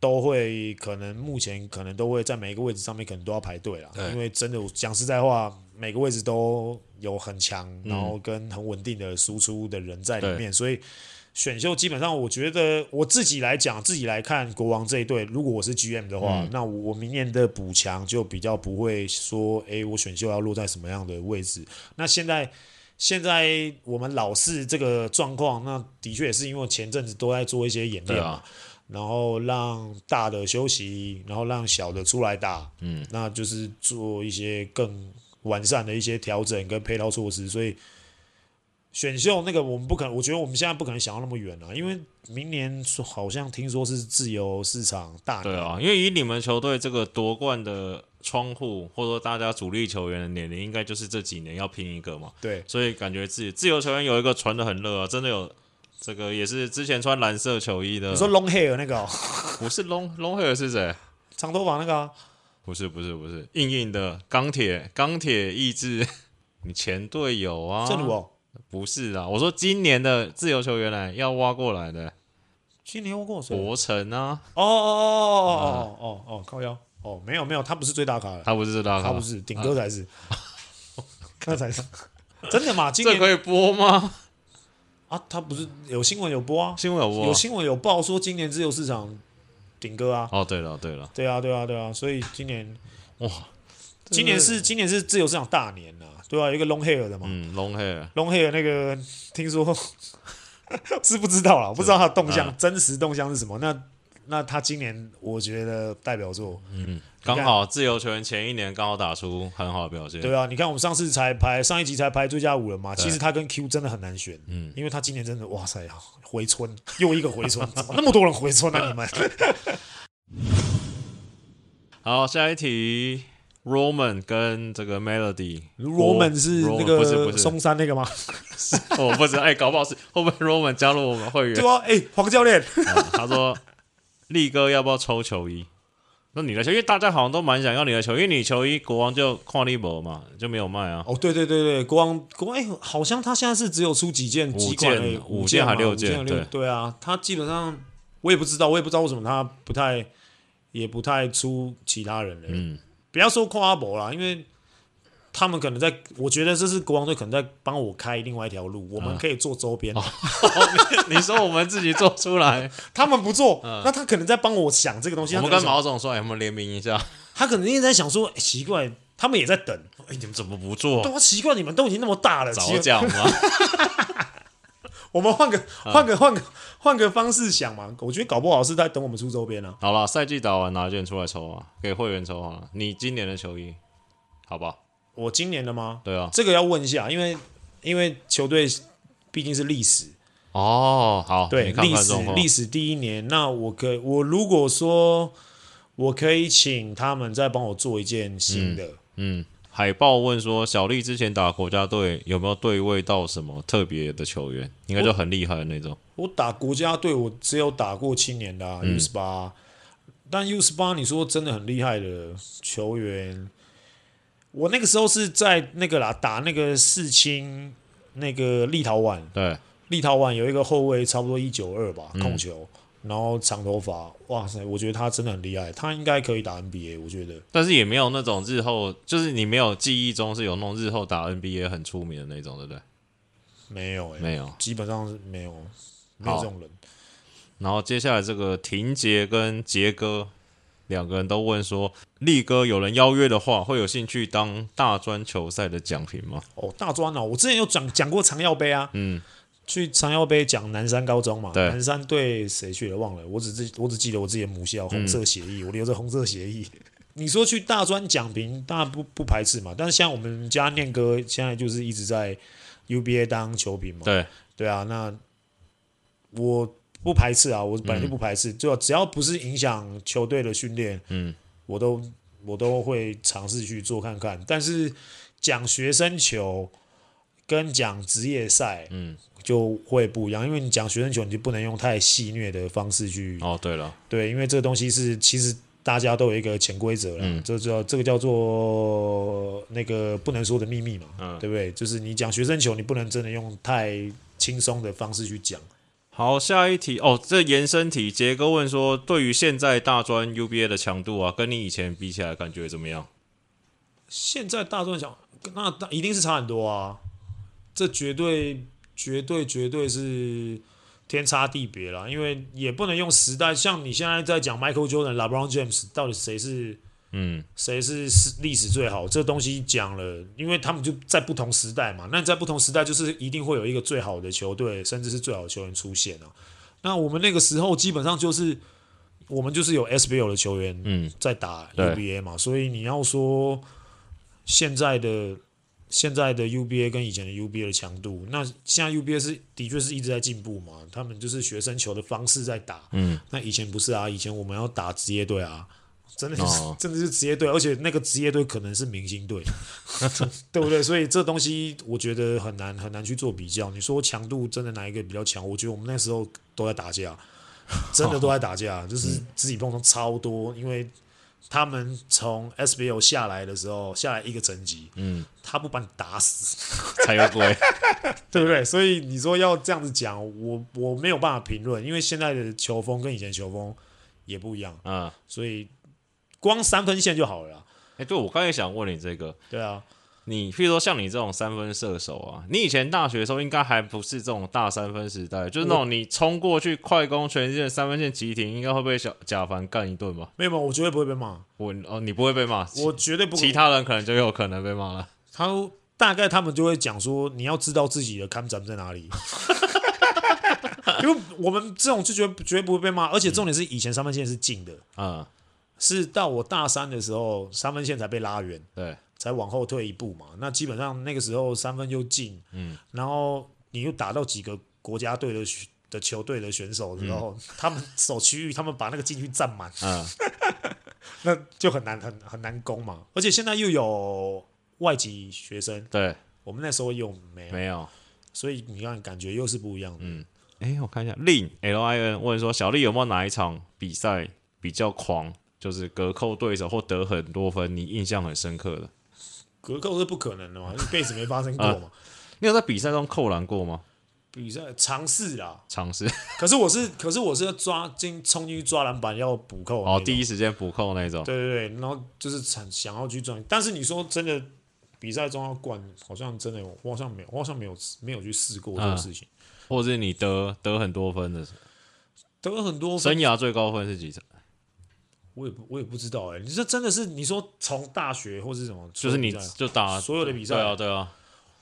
Speaker 1: 都会可能目前可能都会在每一个位置上面可能都要排队啦，
Speaker 2: 对
Speaker 1: 因为真的讲实在话，每个位置都有很强，
Speaker 2: 嗯
Speaker 1: 然后跟很稳定的输出的人在里面，所以选秀基本上，我觉得我自己来讲，自己来看国王这一队，如果我是 GM 的
Speaker 2: 嗯
Speaker 1: 话，那我我明年的补强就比较不会说，诶、我选秀要落在什么样的位置。那现在现在我们老四这个状况，那的确也是因为前阵子都在做一些演
Speaker 2: 对
Speaker 1: 练嘛，
Speaker 2: 啊，
Speaker 1: 然后让大的休息，然后让小的出来打，
Speaker 2: 嗯，
Speaker 1: 那就是做一些更完善的一些调整跟配套措施。所以选秀那个我们不可能，我觉得我们现在不可能想到那么远了、啊因为明年说好像听说是自由市场大
Speaker 2: 对啊，因为以你们球队这个夺冠的窗户，或者说大家主力球员的年龄，应该就是这几年要拼一个嘛，
Speaker 1: 对
Speaker 2: 所以感觉自己自由球员有一个传的很热啊，真的有。这个也是之前穿蓝色球衣的
Speaker 1: 你，说 long hair 那个、哦、
Speaker 2: 不是龙龙黑尔是谁？
Speaker 1: 长头发那个、啊，
Speaker 2: 不是不是不是，硬硬的钢铁钢铁意志， 你前队友啊？
Speaker 1: 正如哦，
Speaker 2: 不是啊，我说今年的自由球员来要挖过来的
Speaker 1: 今年我跟我说，哦
Speaker 2: 博城啊，
Speaker 1: 哦哦哦哦哦哦哦，靠腰哦，没有没有，他不是最大咖的，
Speaker 2: 他不是这大
Speaker 1: 他
Speaker 2: 咖
Speaker 1: 不，是顶哥才是， 那才是真的嘛？今
Speaker 2: 啊这
Speaker 1: 年
Speaker 2: 可以播吗？
Speaker 1: 啊，他不是有新闻有播啊，
Speaker 2: 新闻有播
Speaker 1: 有新闻有报说今年自由市场顶哥啊，
Speaker 2: 哦，对了对了，
Speaker 1: 对啊，对啊，对啊，所以今年
Speaker 2: 哇，
Speaker 1: 今年是今年是自由市场大年呐、对吧、啊？有一个 long hair 的嘛、
Speaker 2: 嗯龙黑尔
Speaker 1: l o n g hair 那个听说 是不知道啦，我不知道他的动
Speaker 2: 嗯
Speaker 1: 向、真实动向是什么。那那他今年我觉得代表作，
Speaker 2: 嗯刚好自由球员前一年刚好打出很好的表现，
Speaker 1: 对啊，你看我们上次才排上一集才排最佳五人嘛，
Speaker 2: 对
Speaker 1: 其实他跟 Q 真的很难选，嗯，因为他今年真的哇塞，回春又一个回 春，怎么那么多人回春啊？你们
Speaker 2: 好，下一题，Roman 跟这个 Melody。
Speaker 1: Roman 是那
Speaker 2: Roman，不是
Speaker 1: 个
Speaker 2: 不是
Speaker 1: 松山那个吗？
Speaker 2: 我不知道，哎、搞不好是会不会 Roman 加入我们会员
Speaker 1: 对？啊，哎、黄教练，
Speaker 2: 啊他说：“力哥要不要抽球衣？”那你的球，因为大家好像都蛮想要你的球，因为你球衣国王就矿力博嘛，就没有卖啊。
Speaker 1: 哦，对对对对，国王国王、哎，好像他现在是只有出几件
Speaker 2: 五
Speaker 1: 几款而已
Speaker 2: 件
Speaker 1: 五
Speaker 2: 五
Speaker 1: 件
Speaker 2: 件
Speaker 1: 嘛
Speaker 2: 还六
Speaker 1: 五件
Speaker 2: 件
Speaker 1: 还六
Speaker 2: 对
Speaker 1: 对啊，他基本上我也不知道，我也不知道为什么他不太也不太出其他人了。
Speaker 2: 嗯，
Speaker 1: 不要说夸阿伯啦，因为他们可能在，我觉得这是国王队可能在帮我开另外一条路，我
Speaker 2: 啊
Speaker 1: 们可以做周边，
Speaker 2: 哦你说我们自己做出来，
Speaker 1: 他们不做，那他可能在帮我想这个东西。
Speaker 2: 嗯我
Speaker 1: 他
Speaker 2: 们
Speaker 1: 可能
Speaker 2: 跟
Speaker 1: 想
Speaker 2: 毛总说，哎我们联名一下。
Speaker 1: 他可能一直在想说，哎奇怪，他们也在等，
Speaker 2: 哎，你们怎么不做？
Speaker 1: 对啊，奇怪，你们都已经那么大了，奇
Speaker 2: 早
Speaker 1: 怪
Speaker 2: 讲嘛。
Speaker 1: 我们换个
Speaker 2: 嗯
Speaker 1: 换个换个换个方式想嘛，我觉得搞不好是在等我们出周边啊。
Speaker 2: 好了，赛季打完拿卷出来抽啊，给会员抽啊。你今年的球衣，好吧？
Speaker 1: 我今年的吗？
Speaker 2: 对啊。
Speaker 1: 这个要问一下，因为因为球队毕竟是历史，
Speaker 2: 哦，好，
Speaker 1: 对
Speaker 2: 你看
Speaker 1: 历
Speaker 2: 看
Speaker 1: 史
Speaker 2: 状况
Speaker 1: 历。史第一年，那我可我如果说我可以请他们再帮我做一件新的，
Speaker 2: 嗯，海豹问说，小丽之前打国家队有没有对位到什么特别的球员？应该就很厉害的那种。
Speaker 1: 我打国家队，我只有打过青年的、啊 U 十八，但 U 十八你说真的很厉害的球员，我那个时候是在那个啦打那个世青那个立陶宛，
Speaker 2: 对，
Speaker 1: 立陶宛有一个后卫，差不多一九二吧，控球，然后长头发，哇塞，我觉得他真的很厉害，他应该可以打 NBA，我觉得。
Speaker 2: 但是也没有那种日后，就是你没有记忆中是有那种日后打 NBA 很出名的那种，对不对？
Speaker 1: 没有哎、
Speaker 2: 没有。
Speaker 1: 基本上是没有，没有这种人。
Speaker 2: 然后接下来这个婷杰跟杰哥两个人都问说，力哥有人邀约的话，会有兴趣当大专球赛的奖评吗？
Speaker 1: 哦，大专哦，我之前有讲讲过长耀杯啊，
Speaker 2: 嗯，
Speaker 1: 去长耀杯讲南山高中嘛，
Speaker 2: 对
Speaker 1: 南山对谁去了忘了，我只记我只记得我自己的母校红色协
Speaker 2: 嗯
Speaker 1: 议，我留着红色协议。 你说去大专讲评，当然不不排斥嘛，但是像我们家念哥现在就是一直在 UBA 当球评嘛，
Speaker 2: 对，
Speaker 1: 对啊，那我不排斥啊，我本
Speaker 2: 嗯
Speaker 1: 来就不排斥，就只要不是影响球队的训练，
Speaker 2: 嗯，
Speaker 1: 我都我都会尝试去做看看。但是讲学生球，跟讲职业赛
Speaker 2: 嗯，
Speaker 1: 就会不一样，因为你讲学生球，你就不能用太戏谑的方式去
Speaker 2: 哦，对了，
Speaker 1: 对，因为这个东西是其实大家都有一个潜规则了，
Speaker 2: 嗯
Speaker 1: 这叫这个叫做那个不能说的秘密嘛，
Speaker 2: 嗯
Speaker 1: 对不对？就是你讲学生球，你不能真的用太轻松的方式去讲。
Speaker 2: 好，下一题哦，这延伸题，杰哥问说，对于现在大专 UBA 的强度啊，跟你以前比起来，感觉怎么样？
Speaker 1: 现在大专想，那那一定是差很多啊，这绝对绝对绝对是天差地别啦，因为也不能用时代，像你现在在讲 Michael Jordan、LeBron James，到底谁是
Speaker 2: 嗯，
Speaker 1: 谁是史历史最好，这东西讲了，因为他们就在不同时代嘛。那你在不同时代，就是一定会有一个最好的球队，甚至是最好的球员出现啊。那我们那个时候基本上就是，我们就是有 SBL 的球员，
Speaker 2: 嗯，
Speaker 1: 在打
Speaker 2: 对
Speaker 1: UBA 嘛，所以你要说现在的现在的 UBA 跟以前的 UBA 的强度，那现在 UBA 是的确是一直在进步嘛，他们就是学生球的方式在打，
Speaker 2: 嗯，
Speaker 1: 那以前不是啊，以前我们要打职业队啊。真的就是、
Speaker 2: 哦
Speaker 1: 真的是职业队，而且那个职业队可能是明星 队，对不对？所以这东西我觉得很难很难去做比较。你说强度真的哪一个比较强？我觉得我们那时候都在打架，真的都在打 架，就是
Speaker 2: 嗯
Speaker 1: 自己碰撞超多，因为他们从 SBL 下来的时候，下来一个层级，
Speaker 2: 嗯，
Speaker 1: 他不把你打死，
Speaker 2: 才有鬼。
Speaker 1: 对不对？所以你说要这样子讲，我我没有办法评论，因为现在的球风跟以前的球风也不一样，
Speaker 2: 嗯，
Speaker 1: 所以光三分线就好了啦
Speaker 2: 哎，对我刚才也想问你这个，
Speaker 1: 对啊，
Speaker 2: 你譬如说像你这种三分射手啊，你以前大学的时候应该还不是这种大三分时代，就是那种你冲过去快攻全线三分线急停，应该会被小贾凡干一顿吧？
Speaker 1: 没有，没有，我绝对不会被骂，
Speaker 2: 我哦，你不会被骂，
Speaker 1: 我绝对不。
Speaker 2: 其他人可能就有可能被骂了。
Speaker 1: 他大概他们就会讲说，你要知道自己的看展在 哪里。因为我们这种就绝绝对不会被骂，而且重点是以前三分线是近的，
Speaker 2: 嗯，
Speaker 1: 是到我大三的时候，三分线才被拉远，
Speaker 2: 对，
Speaker 1: 才往后退一步嘛。那基本上那个时候三分又近，
Speaker 2: 嗯，
Speaker 1: 然后你又打到几个国家队的选的球队的选手的时候，他们守区域，他们把那个禁区占满，
Speaker 2: 嗯，
Speaker 1: 那就很难很很难攻嘛。而且现在又有外籍学生，
Speaker 2: 对，
Speaker 1: 我们那时候又没有，
Speaker 2: 没有。
Speaker 1: 所以你看感觉又是不一样的。嗯，
Speaker 2: 哎，我看一下令 L I N 问说，小丽有没有哪一场比赛比较狂，就是隔扣对手或得很多分，你印象很深刻的？
Speaker 1: 隔扣是不可能的 嘛，一辈子没发生过
Speaker 2: 啊
Speaker 1: 嘛。
Speaker 2: 你有在比赛中扣篮过吗？
Speaker 1: 比赛尝试啦，
Speaker 2: 尝试
Speaker 1: 可是我是，可是我是要抓进冲进去抓篮板要补扣
Speaker 2: 哦，第
Speaker 1: 一，
Speaker 2: 一时间补扣那种。
Speaker 1: 对对对，然后就是想想要去赚，但是你说真的，比赛中要灌，好像真的有我好像没有，我好像没有没有去试过这个事
Speaker 2: 嗯
Speaker 1: 情，
Speaker 2: 或是你得得很多分的，
Speaker 1: 得很多分
Speaker 2: 生涯最高分是几场？
Speaker 1: 我也不我也不知道哎、你这真的是你说从大学或是什么，
Speaker 2: 就是你
Speaker 1: 所有比赛
Speaker 2: 就打
Speaker 1: 所有的比赛
Speaker 2: 对啊对啊，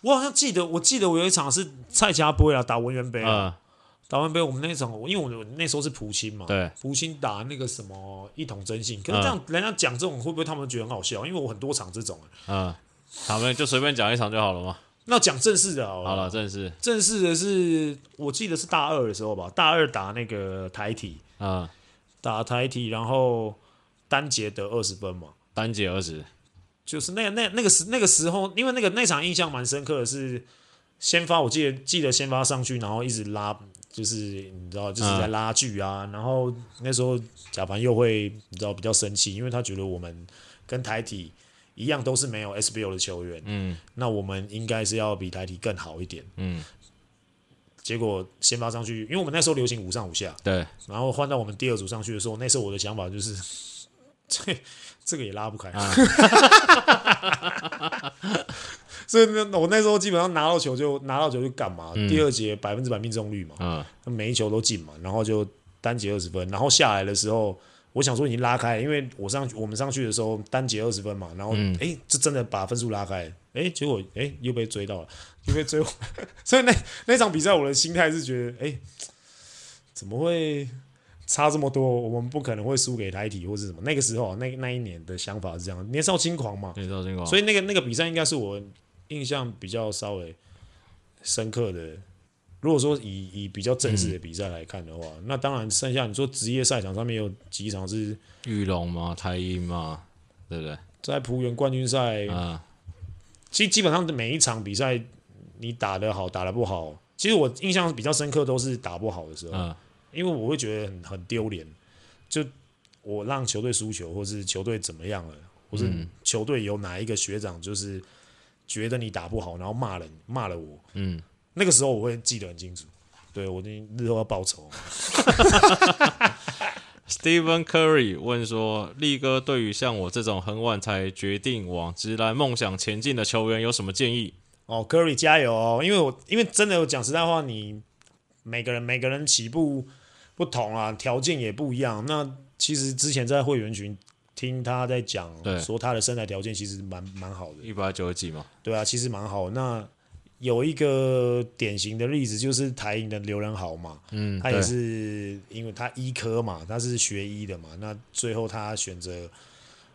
Speaker 1: 我好像记得，我记得我有一场是蔡家波啦打文员杯啊，
Speaker 2: 嗯
Speaker 1: 打文杯我们那场，因为我们那时候是蒲青嘛，
Speaker 2: 对，嗯
Speaker 1: 蒲青打那个什么一统真信，可是这样人家讲这种会不会他们觉得很好笑？因为我很多场这种、啊
Speaker 2: 嗯，他们就随便讲一场就好了嘛。
Speaker 1: 那讲正式的好了，
Speaker 2: 好了，正式，
Speaker 1: 正式的是我记得是大二的时候吧，大二打那个台体，
Speaker 2: 嗯，
Speaker 1: 打台体，然后单节得二十分嘛，
Speaker 2: 单节二十，
Speaker 1: 就是那个那那个时那个时候，因为那个那场印象蛮深刻的是，先发我记得记得先发上去，然后一直拉，就是你知道就是在
Speaker 2: 嗯
Speaker 1: 拉锯啊，然后那时候贾凡又会你知道比较生气，因为他觉得我们跟台体一样都是没有 SBL 的球员，
Speaker 2: 嗯
Speaker 1: 那我们应该是要比台体更好一点。
Speaker 2: 嗯，
Speaker 1: 结果先发上去，因为我们那时候流行五上五下，
Speaker 2: 对，
Speaker 1: 然后换到我们第二组上去的时候，那时候我的想法就是，这这个也拉不开。 所以呢，我那时候基本上拿到球就拿到球就干嘛？第二节百分之百命中率嘛，
Speaker 2: 嗯
Speaker 1: 每一球都进嘛，然后就单节二十分，然后下来的时候。我想说已经拉开，因为我上去我们上去的时候单节二十分嘛，然后哎、诶这真的把分数拉开，哎，结果哎又被追到了，又被追回，所以那那场比赛我的心态是觉得，哎，怎么会差这么多？我们不可能会输给台体或是什么。那个时候啊那那一年的想法是这样，年少轻狂嘛，
Speaker 2: 你说情况，
Speaker 1: 所
Speaker 2: 以
Speaker 1: 以那个那个比赛应该是我印象比较稍微深刻的。如果说以以比较正式的比赛来看的话，那当然剩下你说职业赛场上面有几场是
Speaker 2: 玉龙嘛，台鹰嘛，对不对？
Speaker 1: 在浦原冠军赛，
Speaker 2: 嗯
Speaker 1: 其实基本上每一场比赛你打得好，打得不好，其实我印象比较深刻都是打不好的时候，
Speaker 2: 嗯，
Speaker 1: 因为我会觉得很很丢脸，就我让球队输球，或是球队怎么样了，或是
Speaker 2: 嗯
Speaker 1: 球队有哪一个学长就是觉得你打不好，然后骂人骂了我，
Speaker 2: 嗯，
Speaker 1: 那个时候我会记得很清楚。对我一定日后要报仇，
Speaker 2: Stephen Curry 问说：“力哥对于像我这种很晚才决定往直男梦想前进的球员有什么建议
Speaker 1: 哦，Curry 加油哦！因为我因为真的我讲实在话，你每个人每个人起步不同啊，条件也不一样。那其实之前在会员群听他在讲
Speaker 2: 对，
Speaker 1: 说他的身材条件其实蛮蛮好？”的，
Speaker 2: 一百九十几嘛，
Speaker 1: 对啊，其实蛮好。那有一个典型的例子就是台银的刘仁豪嘛，
Speaker 2: 嗯，
Speaker 1: 他也
Speaker 2: 对
Speaker 1: 是因为他医科嘛，他是学医的嘛，那最后他选择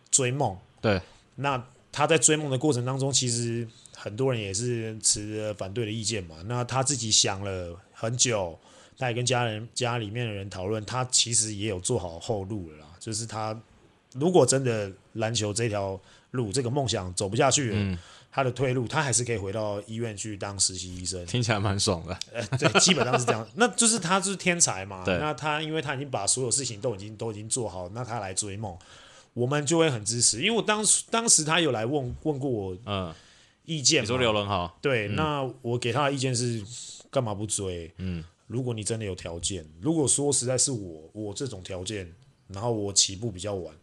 Speaker 1: 追梦。
Speaker 2: 对，
Speaker 1: 那他在追梦的过程当中，其实很多人也是持着反对的意见嘛。那他自己想了很久，他也跟家人、家里面的人讨论，他其实也有做好后路了啦。就是他如果真的篮球这条路、这个梦想走不下去了，
Speaker 2: 嗯
Speaker 1: 他的退路，他还是可以回到医院去当实习医生。
Speaker 2: 听起来蛮爽的。
Speaker 1: 对，基本上是这样。那就是他就是天才嘛，
Speaker 2: 对
Speaker 1: 那他因为他已经把所有事情都已经都已经做好，那他来追梦，我们就会很支持。因为我当时当时他有来问问过我
Speaker 2: 嗯，
Speaker 1: 意见嘛，
Speaker 2: 你说刘嗯仁豪，
Speaker 1: 对，那我给他的意见是干嘛不追？嗯，如果你真的有条件，如果说实在是我我这种条件，然后我起步比较晚，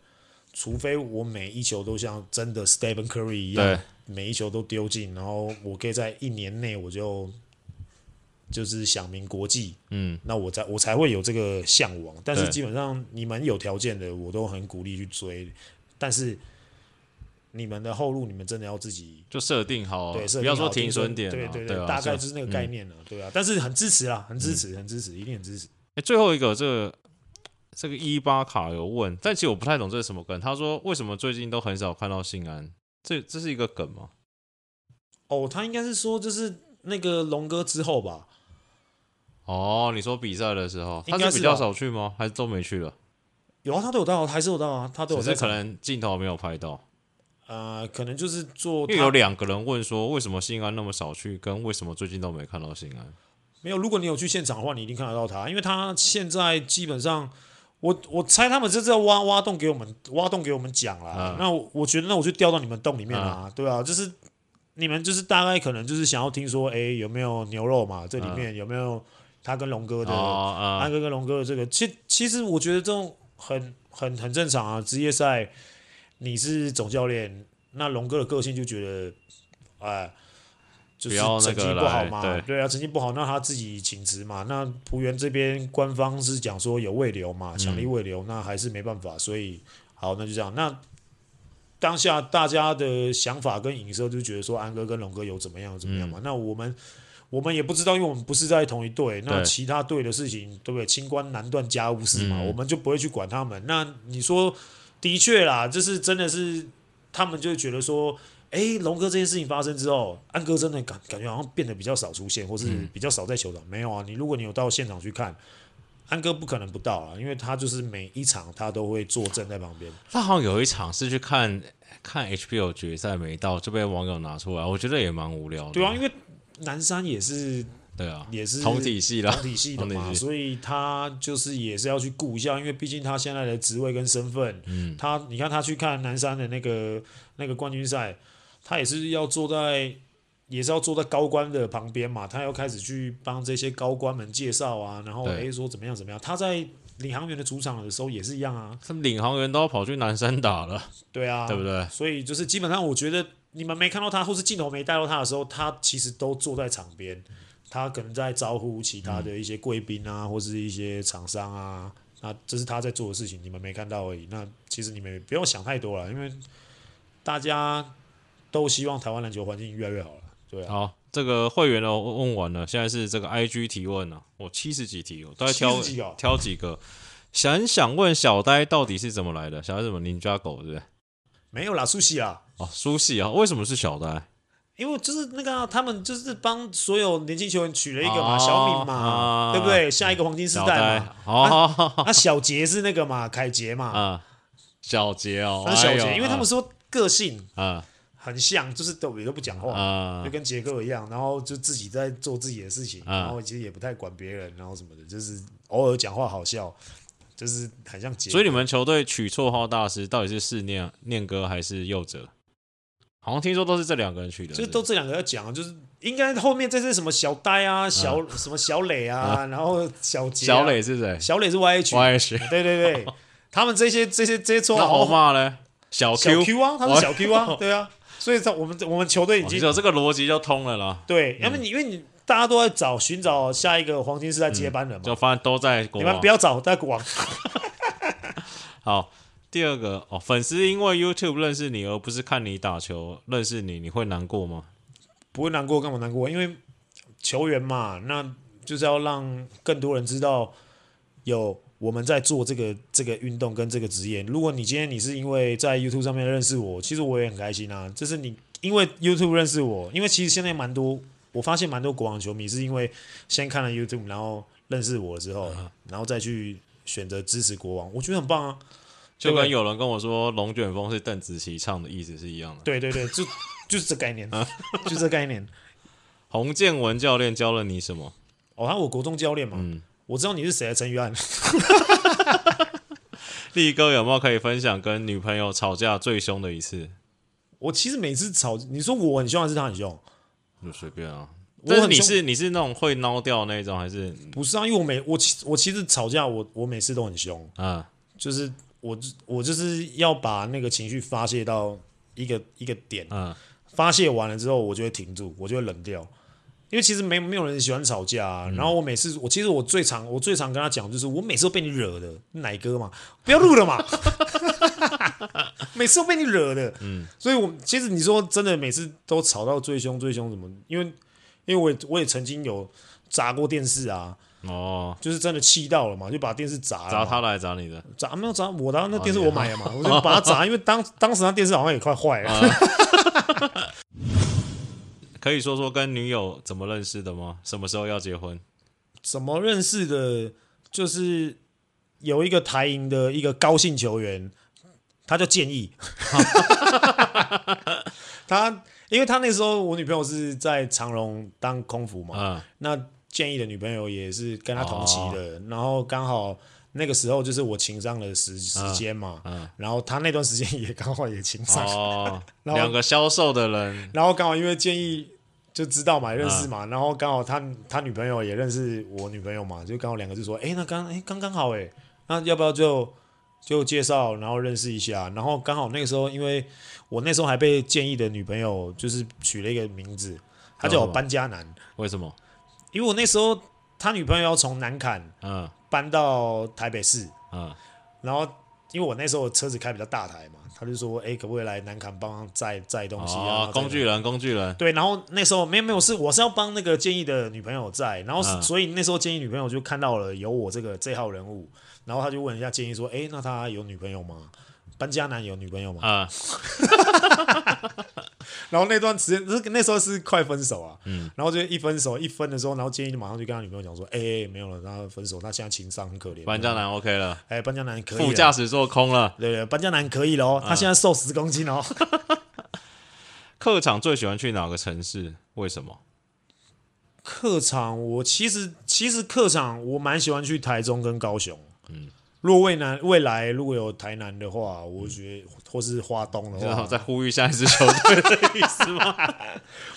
Speaker 1: 除非我每一球都像真的 Stephen Curry 一样
Speaker 2: 对，
Speaker 1: 每一球都丢进，然后我可以在一年内我就就是想明国际，
Speaker 2: 嗯，
Speaker 1: 那我才我才会有这个向往。但是
Speaker 2: 对
Speaker 1: 基本上你们有条件的，我都很鼓励去追，但是你们的后路你们真的要自己
Speaker 2: 就设定好，
Speaker 1: 对，
Speaker 2: 哦不要说停损点啊，
Speaker 1: 对
Speaker 2: 对
Speaker 1: 对，
Speaker 2: 啊嗯
Speaker 1: 大概
Speaker 2: 是
Speaker 1: 就是那个概念了，对啊，但是很支持啊，很支持，很支持，一定很支持。
Speaker 2: 欸，最后一个这个这个伊巴卡有问，但其实我不太懂这是什么梗。他说为什么最近都很少看到信安？这这是一个梗吗？
Speaker 1: 哦，他应该是说就是那个龙哥之后吧，
Speaker 2: 哦，你说比赛的时候，
Speaker 1: 应
Speaker 2: 他
Speaker 1: 该
Speaker 2: 是比啊
Speaker 1: 是
Speaker 2: 较
Speaker 1: 吧
Speaker 2: 少去吗？还是都没去了？
Speaker 1: 有啊，他都有到，还是有到啊，他都有
Speaker 2: 只
Speaker 1: 在
Speaker 2: 是
Speaker 1: 场
Speaker 2: 可能镜头没有拍到，
Speaker 1: 呃，可能就是做
Speaker 2: 因为有
Speaker 1: 他
Speaker 2: 两个人问说为什么信安那么少去，跟为什么最近都没看到信安。
Speaker 1: 没有，如果你有去现场的话，你一定看得到他，因为他现在基本上。我我猜他们这是在挖挖洞给我们挖洞给我们讲啦。
Speaker 2: 嗯
Speaker 1: 那我我觉得那我就掉到你们洞里面啦、对啊，就是你们就是大概可能就是想要听说，哎、有没有牛肉嘛？这里
Speaker 2: 嗯
Speaker 1: 面有没有他跟龙哥的
Speaker 2: 哦，
Speaker 1: 安
Speaker 2: 嗯，
Speaker 1: 哥跟龙哥的这个，其其实我觉得这种很很很正常啊。职业赛你是总教练，那龙哥的个性就觉得，哎、就是
Speaker 2: 不要那
Speaker 1: 成
Speaker 2: 个
Speaker 1: 绩不好
Speaker 2: 来
Speaker 1: 嘛，
Speaker 2: 对
Speaker 1: 啊，成绩不好，那他自己请辞嘛。那浦原这边官方是讲说有胃流嘛，强力胃流，那还是没办法，所以好，那就这样。那当下大家的想法跟影射就觉得说安哥跟龙哥有怎么样怎么样嘛，那我们我们也不知道，因为我们不是在同一队，那
Speaker 2: 嗯对
Speaker 1: 其他队的事情，对不对？清官难断家务事嘛，
Speaker 2: 嗯
Speaker 1: 我们就不会去管他们。那你说，的确啦，就是真的是他们就觉得说，哎，龙哥这件事情发生之后，安哥真的感感觉好像变得比较少出现，或是
Speaker 2: 嗯
Speaker 1: 比较少在球场。没有啊，你如果你有到现场去看。安哥不可能不到啊，因为他就是每一场他都会坐镇在旁边。
Speaker 2: 他好像有一场是去看看 HBO 决赛没到，就被网友拿出来，我觉得也蛮无聊的。
Speaker 1: 对啊，因为南山也是
Speaker 2: 对啊，
Speaker 1: 也是
Speaker 2: 同体系啦
Speaker 1: 同。体系的
Speaker 2: 同
Speaker 1: 嘛，
Speaker 2: 体系
Speaker 1: 所以他就是也是要去顾一下，因为毕竟他现在的职位跟身份，嗯，他你看他去看南山的那个那个冠军赛，他也是要坐在也是要坐在高官的旁边嘛，他要开始去帮这些高官们介绍啊，然后
Speaker 2: 对
Speaker 1: 诶说怎么样怎么样，他在领航员的主场的时候也是一样啊，
Speaker 2: 他们领航员都要跑去南山打了，
Speaker 1: 对啊，
Speaker 2: 对不对？
Speaker 1: 所以就是基本上，我觉得你们没看到他，或是镜头没带到他的时候，他其实都坐在场边，他可能在招呼其他的一些贵宾啊，或是一些厂商啊。那这是他在做的事情，你们没看到而已。那其实你们也不用想太多了，因为大家都希望台湾篮球环境越来越好了。对啊，
Speaker 2: 好，这个会员呢问完了，现在是这个 IG 提问了、我七十几题，我大概挑
Speaker 1: 70几个哦
Speaker 2: 挑几个。想想问小呆到底是怎么来的？小呆是什么邻家狗对不对？
Speaker 1: 没有啦，苏西啦，
Speaker 2: 哦，苏系啊，为什么是小呆？
Speaker 1: 因为就是那个啊、他们就是帮所有年轻球员取了一个嘛，
Speaker 2: 哦
Speaker 1: 小敏嘛，
Speaker 2: 啊
Speaker 1: 对不对？下一个黄金时
Speaker 2: 小
Speaker 1: 代
Speaker 2: 呆
Speaker 1: 嘛，，
Speaker 2: 好好好好
Speaker 1: 那、小杰是那个嘛，凯杰嘛，
Speaker 2: 啊，小杰哦，
Speaker 1: 那是小杰，
Speaker 2: 哎呦
Speaker 1: 因为他们说个性
Speaker 2: 啊，
Speaker 1: 很像，就是都也都不讲话，
Speaker 2: 啊
Speaker 1: 就跟杰克一样，然后就自己在做自己的事情，
Speaker 2: 啊
Speaker 1: 然后其实也不太管别人，然后什么的，就是偶尔讲话好笑，就是很像杰克。
Speaker 2: 所以你们球队取绰号大师到底是是念念哥还是佑哲？好像听说都是这两个人取的，
Speaker 1: 就是
Speaker 2: 是
Speaker 1: 都这两个要讲啊，就是应该后面这是什么小呆啊，小、什么小磊啊，然后小杰、啊
Speaker 2: 小，磊是谁
Speaker 1: 小磊是 YH，
Speaker 2: ？Y H，
Speaker 1: 对对 对，他们这些这些这些绰
Speaker 2: 那
Speaker 1: 号
Speaker 2: 欧骂呢？小
Speaker 1: 啊小
Speaker 2: Q，
Speaker 1: Q 啊，他
Speaker 2: 哇
Speaker 1: 是小 Q 啊，对啊，所以在我们我们球队已
Speaker 2: 哦
Speaker 1: 经
Speaker 2: 你有这个逻辑就通了啦，
Speaker 1: 对，要么你因为你大家都在找寻找下一个黄金时代接班人嘛，
Speaker 2: 嗯就发现都在国
Speaker 1: 你
Speaker 2: 王
Speaker 1: 们不。要找在网
Speaker 2: 好，第二个哦，粉丝因为 YouTube 认识你，而不是看你打球认识你，你会难过吗？
Speaker 1: 不会难过，干嘛难过？因为球员嘛，那就是要让更多人知道有我们在做这个这个运动跟这个职业。如果你今天你是因为在 YouTube 上面认识我，其实我也很开心啊。就是你因为 YouTube 认识我，因为其实现在蛮多，我发现蛮多国王球迷是因为先看了 YouTube，然后认识我之后，然后再去选择支持国王，我觉得很棒啊。
Speaker 2: 就跟
Speaker 1: 对
Speaker 2: 有人跟我说“龙卷风”是邓紫棋唱的意思是一样的。
Speaker 1: 对对对，就就是这概念，
Speaker 2: 啊
Speaker 1: 就这概念。
Speaker 2: 洪建文教练教了你什么？
Speaker 1: 哦，他我国中教练嘛，
Speaker 2: 嗯
Speaker 1: 我知道你是谁啊，陈宇安。
Speaker 2: 力哥有没有可以分享跟女朋友吵架最凶的一次？
Speaker 1: 我其实每次吵，你说我很凶还是他很凶？
Speaker 2: 就随便啊。
Speaker 1: 我
Speaker 2: 但是
Speaker 1: 很
Speaker 2: 你
Speaker 1: 凶
Speaker 2: 是你是那种会孬掉那种，还是
Speaker 1: 不是啊？因为我每我其我其实吵架，我我每次都很凶，
Speaker 2: 啊？
Speaker 1: 就是我就我就是要把那个情绪发泄到一个一个点，
Speaker 2: 嗯
Speaker 1: 发泄完了之后，我就会停住，我就会冷掉。因为其实没没有人喜欢吵架、
Speaker 2: 嗯
Speaker 1: 啊，然后我每次我其实我最常我最常跟他讲就是我每次都被你惹的，奶哥嘛，不要录了 嘛，每次都被你惹的，嗯，所以我其实你说真的每次都吵到最凶最凶什么？因为因为我也我也曾经有砸过电视啊，
Speaker 2: 哦，
Speaker 1: 就是真的气到了嘛，就把电视砸了嘛，
Speaker 2: 砸他的还是砸你的？
Speaker 1: 砸没有砸我的啊、那
Speaker 2: 哦
Speaker 1: 电视
Speaker 2: 你
Speaker 1: 我买的嘛，我就把它砸，因为当当时那电视好像也快坏了，
Speaker 2: 可以说说跟女友怎么认识的吗？什么时候要结婚？
Speaker 1: 怎么认识的？就是有一个台营的一个高兴球员，他就建议， 他因为他那时候我女朋友是在长荣当空服嘛，
Speaker 2: 嗯，
Speaker 1: 那建议的女朋友也是跟他同期的，然后刚好那个时候就是我情商的时时间嘛，
Speaker 2: 嗯
Speaker 1: 然后他那段时间也刚好也情商，
Speaker 2: 哦，
Speaker 1: 然后
Speaker 2: 两个销售的人，
Speaker 1: 然后刚好因为建议就知道嘛，认识嘛，然后刚好他他女朋友也认识我女朋友嘛，就刚好两个就说，哎，那刚哎刚刚好哎，那要不要就就介绍，然后认识一下，然后刚好那个时候，因为我那时候还被建议的女朋友就是取了一个名字，她叫我搬家男，
Speaker 2: 为什么？
Speaker 1: 因为我那时候他女朋友要从南坎
Speaker 2: 嗯
Speaker 1: 搬到台北市，
Speaker 2: 嗯，
Speaker 1: 然后。因为我那时候车子开比较大台嘛，他就说：“哎、可不可以来南坎帮忙载载东西啊？”然后
Speaker 2: 哦
Speaker 1: 载，
Speaker 2: 工具人，工具人，
Speaker 1: 对，然后那时候没有没有是我是要帮那个建议的女朋友在，然后是、
Speaker 2: 嗯
Speaker 1: 所以那时候建议女朋友就看到了有我这个这号人物，然后他就问一下建议说，哎，那他有女朋友吗？搬家男有女朋友吗？
Speaker 2: 啊，
Speaker 1: 然后那段时间，那那时候是快分手啊，
Speaker 2: 嗯
Speaker 1: 然后就一分手一分的时候，然后建议就马上就跟他女朋友讲说，哎，没有了，然后分手，他现在情商很可怜，
Speaker 2: 搬家，男 OK 了，
Speaker 1: 哎，搬家男可以了，
Speaker 2: 副驾驶座空了。
Speaker 1: 对对，搬家男可以了
Speaker 2: 嗯
Speaker 1: 哦，他现在瘦十公斤哦，
Speaker 2: 客场最喜欢去哪个城市？为什么？
Speaker 1: 客场，我其实其实客场我蛮喜欢去台中跟高雄。嗯，若未来未来如果有台南的话，我觉得或是花东的
Speaker 2: 然后
Speaker 1: 话，
Speaker 2: 在呼吁下一支球队 的意思吗？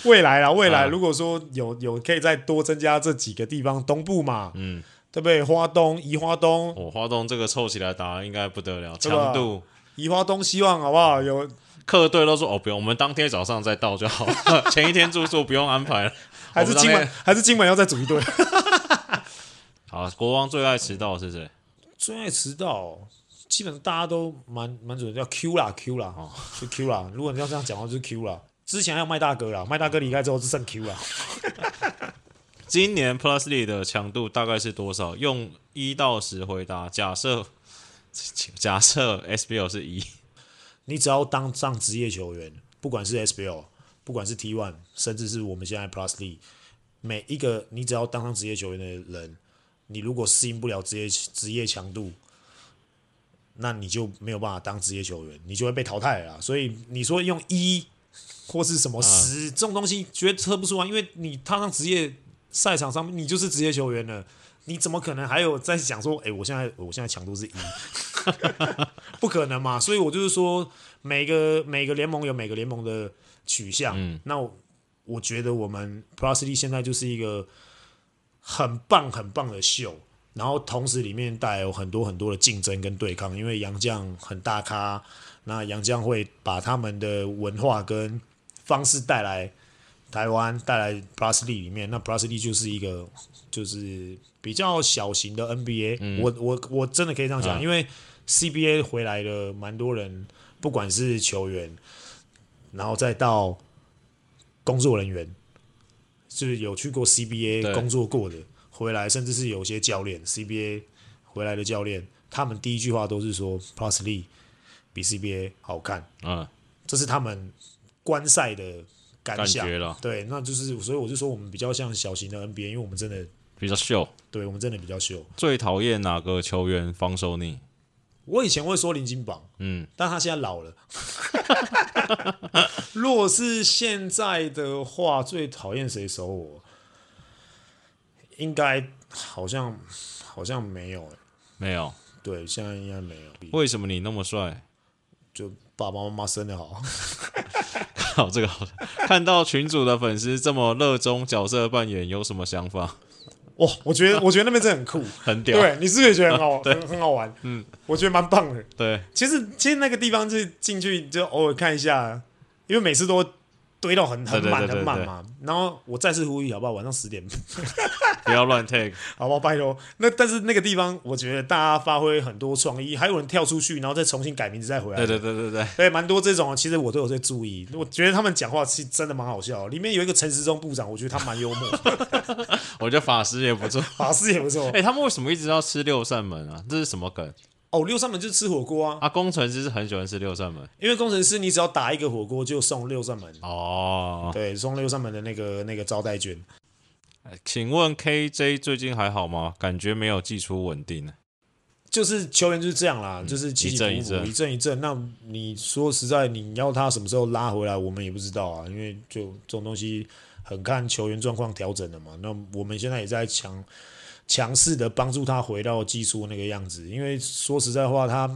Speaker 1: 未来啦，未来
Speaker 2: 嗯
Speaker 1: 如果说有有可以再多增加这几个地方，东部嘛，
Speaker 2: 嗯，
Speaker 1: 对不对？花东、宜花东、
Speaker 2: 我、哦花东这个凑起来打应该不得了，
Speaker 1: 对吧
Speaker 2: 强度。
Speaker 1: 宜花东，希望好不好？
Speaker 2: 哦
Speaker 1: 有
Speaker 2: 客队都说哦，不用，我们当天早上再到就 好了，前一天住宿不用安排了。
Speaker 1: 还是
Speaker 2: 我们当
Speaker 1: 今
Speaker 2: 天
Speaker 1: 晚还是今晚要再组一队？
Speaker 2: 好，国王最爱迟到的是谁？
Speaker 1: 最爱迟到，基本上大家都蛮蛮准的，叫 Q 啦 Q 啦，
Speaker 2: 哦
Speaker 1: 就 Q 啦。如果你要这样讲的话，就是 Q 啦。之前还有麦大哥啦，麦大哥离开之后就剩 Q 啦。
Speaker 2: 今年 Plus l e 的强度大概是多少？用一到十回答。假设假设 SBL 是一，
Speaker 1: 你只要当上职业球员，不管是 SBL，不管是 T1，甚至是我们现在 Plus League，每一个你只要当上职业球员的人，你如果适应不了职业职业强度，那你就没有办法当职业球员，你就会被淘汰了啦。所以你说用一或是什么十、这种东西，绝对测不出来，因为你踏上职业赛场上面，你就是职业球员了。你怎么可能还有在想说，哎、我现在我现在强度是一， 不可能嘛？所以我就是说，每个每个联盟有每个联盟的取向。那我我觉得我们 Plus D 现在就是一个很棒很棒的秀，然后同时里面带有很多很多的竞争跟对抗，因为杨绛很大咖，那杨绛会把他们的文化跟方式带来台湾，带来 Plus D 里面，那 Plus D 就是一个就是比较小型的 NBA，、我我我真的可以这样讲，
Speaker 2: 嗯
Speaker 1: 因为 CBA 回来的蛮多人，不管是球员，然后再到工作人员，就是有去过 CBA
Speaker 2: 对
Speaker 1: 工作过的，回来甚至是有些教练 CBA 回来的教练，他们第一句话都是说 Plus Lee 比 CBA 好看，
Speaker 2: 嗯，
Speaker 1: 这是他们观赛的感啊
Speaker 2: 感
Speaker 1: 想。
Speaker 2: 觉了
Speaker 1: 对，那就是所以我就说我们比较像小型的 NBA，因为我们真的
Speaker 2: 比较秀。
Speaker 1: 对我们真的比较秀。
Speaker 2: 最讨厌哪个球员防守你？
Speaker 1: 我以前会说林金榜，
Speaker 2: 嗯，
Speaker 1: 但他现在老了。如果是现在的话，最讨厌谁守我？应该好像好像没有、欸，
Speaker 2: 没有。
Speaker 1: 对，现在应该没有。
Speaker 2: 为什么你那么帅？
Speaker 1: 就爸爸妈妈生的好，
Speaker 2: 好，这个好。看到群主的粉丝这么热衷角色扮演，有什么想法？
Speaker 1: 哇，我觉得我觉得那边真的很酷，
Speaker 2: 很屌。
Speaker 1: 对，你是不是也觉得很 好，很很好玩？嗯，我觉得蛮棒的。
Speaker 2: 对
Speaker 1: 其实其实那个地方就是进去就偶尔看一下，因为每次都会堆到很很
Speaker 2: 对对
Speaker 1: 满
Speaker 2: 对对
Speaker 1: 很满嘛。然后我再次呼吁好不好？晚上十点
Speaker 2: 不要乱 take。
Speaker 1: 好吧，拜托。那但是那个地方，我觉得大家发挥很多创意，还有人跳出去，然后再重新改名字再回来。
Speaker 2: 对对对对对，
Speaker 1: 对，蛮多这种，其实我都有在注意。我觉得他们讲话是真的蛮好笑的。里面有一个陈时中部长，我觉得他蛮幽默，
Speaker 2: 我觉得法师也不错。
Speaker 1: 法师也不错
Speaker 2: 哎、。他们为什么一直要吃六扇门啊？这是什么梗？
Speaker 1: 哦，六扇门就是吃火锅啊，
Speaker 2: 啊，工程师是很喜欢吃六扇门
Speaker 1: 因为工程师你只要打一个火锅就送六扇门，
Speaker 2: 哦。
Speaker 1: 对，送六扇门的那个那个招待券。
Speaker 2: 哎请问 KJ 最近还好吗？感觉没有寄出稳定。
Speaker 1: 就是球员就是这样啦，就是起起伏
Speaker 2: 嗯一阵一
Speaker 1: 伏，
Speaker 2: 阵
Speaker 1: 一阵一阵。那你说实在，你要他什么时候拉回来，我们也不知道啊，因为就这种东西很看球员状况调整的嘛。那我们现在也在强强势的帮助他回到技术那个样子，因为说实在话，他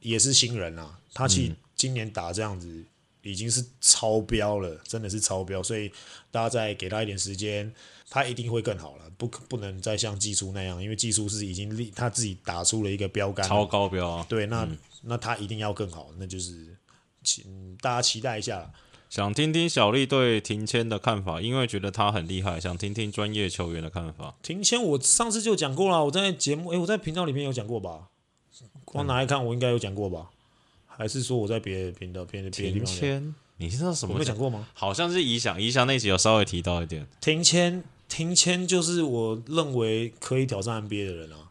Speaker 1: 也是新人啊，他其实今年打这样子。已经是超标了，真的是超标，所以大家再给他一点时间，他一定会更好了，不可不能再像技术那样，因为技术是已经立他自己打出了一个标杆了，
Speaker 2: 超高标、啊。
Speaker 1: 对，那、那他一定要更好，那就是期嗯大家期待一下啦。
Speaker 2: 想听听小丽对庭谦的看法，因为觉得他很厉害，想听听专业球员的看法。
Speaker 1: 庭谦，我上次就讲过了，我在节目，诶，我在频道里面有讲过吧？
Speaker 2: 嗯
Speaker 1: 光拿来看，我应该有讲过吧？还是说我在别的频道、别的别的地方
Speaker 2: 庭
Speaker 1: 讲？
Speaker 2: 谦，你知道什
Speaker 1: 我
Speaker 2: 么
Speaker 1: 没？讲过吗？
Speaker 2: 好像是怡翔，怡翔那集有稍微提到一点。
Speaker 1: 庭谦，庭谦就是我认为可以挑战 NBA 的人啊。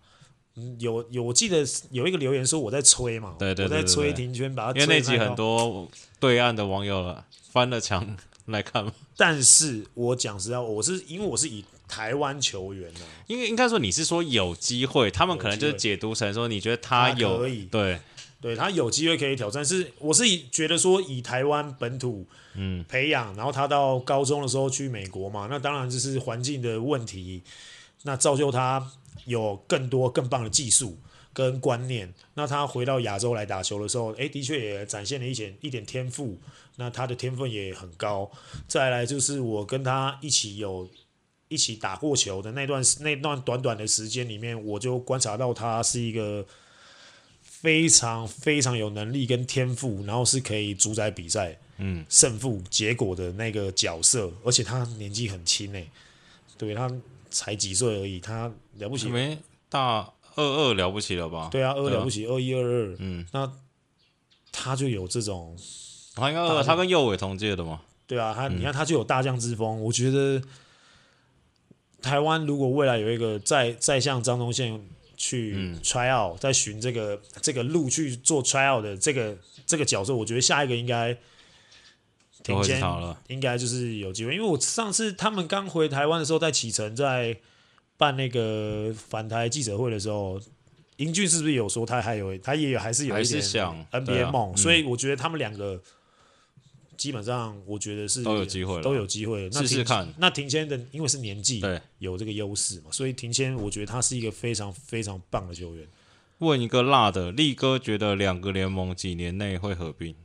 Speaker 1: 嗯有有，我记得有一个留言说我在吹嘛，
Speaker 2: 对对对
Speaker 1: 我在吹
Speaker 2: 对对
Speaker 1: 庭谦，把他
Speaker 2: 因
Speaker 1: 吹
Speaker 2: 为那
Speaker 1: 太
Speaker 2: 集
Speaker 1: 高
Speaker 2: 很多对岸的网友翻了墙来看嘛，
Speaker 1: 但是我讲实在话，我是因为我是以台湾球员呢、啊，
Speaker 2: 应该应该说你是说有机会，他们可能就是解读成说你觉得他
Speaker 1: 他
Speaker 2: 有
Speaker 1: 可以
Speaker 2: 对
Speaker 1: 对他有机会可以挑战，是我是以觉得说以台湾本土嗯培养，然后他到高中的时候去美国嘛，那当然就是环境的问题，那造就他有更多更棒的技术跟观念。那他回到亚洲来打球的时候，诶，的确也展现了一点一点天赋，那他的天分也很高。再来就是我跟他一起有一起打过球的那段时那段短短的时间里面，我就观察到他是一个非常非常有能力跟天赋，然后是可以主宰比赛、嗯胜负结果的那个角色，而且他年纪很轻诶、对他才几岁而已，他了不起，
Speaker 2: 没大二二了不起了吧？
Speaker 1: 对啊，二
Speaker 2: 对啊
Speaker 1: 了不起，二一二二，
Speaker 2: 嗯，
Speaker 1: 那他就有这种
Speaker 2: 他应该二，他跟右伟同届的嘛，
Speaker 1: 对啊，他
Speaker 2: 嗯
Speaker 1: 你看他就有大将之风，我觉得台湾如果未来有一个再再像张宗宪去
Speaker 2: 嗯
Speaker 1: try out，、再寻这个这个路去做 try out 的这个这个角色，我觉得下一个应该
Speaker 2: 都
Speaker 1: 挺
Speaker 2: 会是
Speaker 1: 先
Speaker 2: 他了。
Speaker 1: 应该就是有机会，因为我上次他们刚回台湾的时候，在启程在办那个返台记者会的时候，英俊是不是有说他还有他也有还是有
Speaker 2: 还
Speaker 1: 一
Speaker 2: 是
Speaker 1: 点
Speaker 2: 想对
Speaker 1: NBA
Speaker 2: 啊
Speaker 1: 梦，
Speaker 2: 嗯
Speaker 1: 所以我觉得他们两个基本上我觉得是
Speaker 2: 都有机会了
Speaker 1: 都有机会。那
Speaker 2: 试试
Speaker 1: 庭
Speaker 2: 看
Speaker 1: 那庭谦的因为是年纪
Speaker 2: 对，
Speaker 1: 有这个优势嘛，所以庭谦我觉得他是一个非常非常棒的球员。
Speaker 2: 问一个辣的，力哥觉得两个联盟几年内会合并？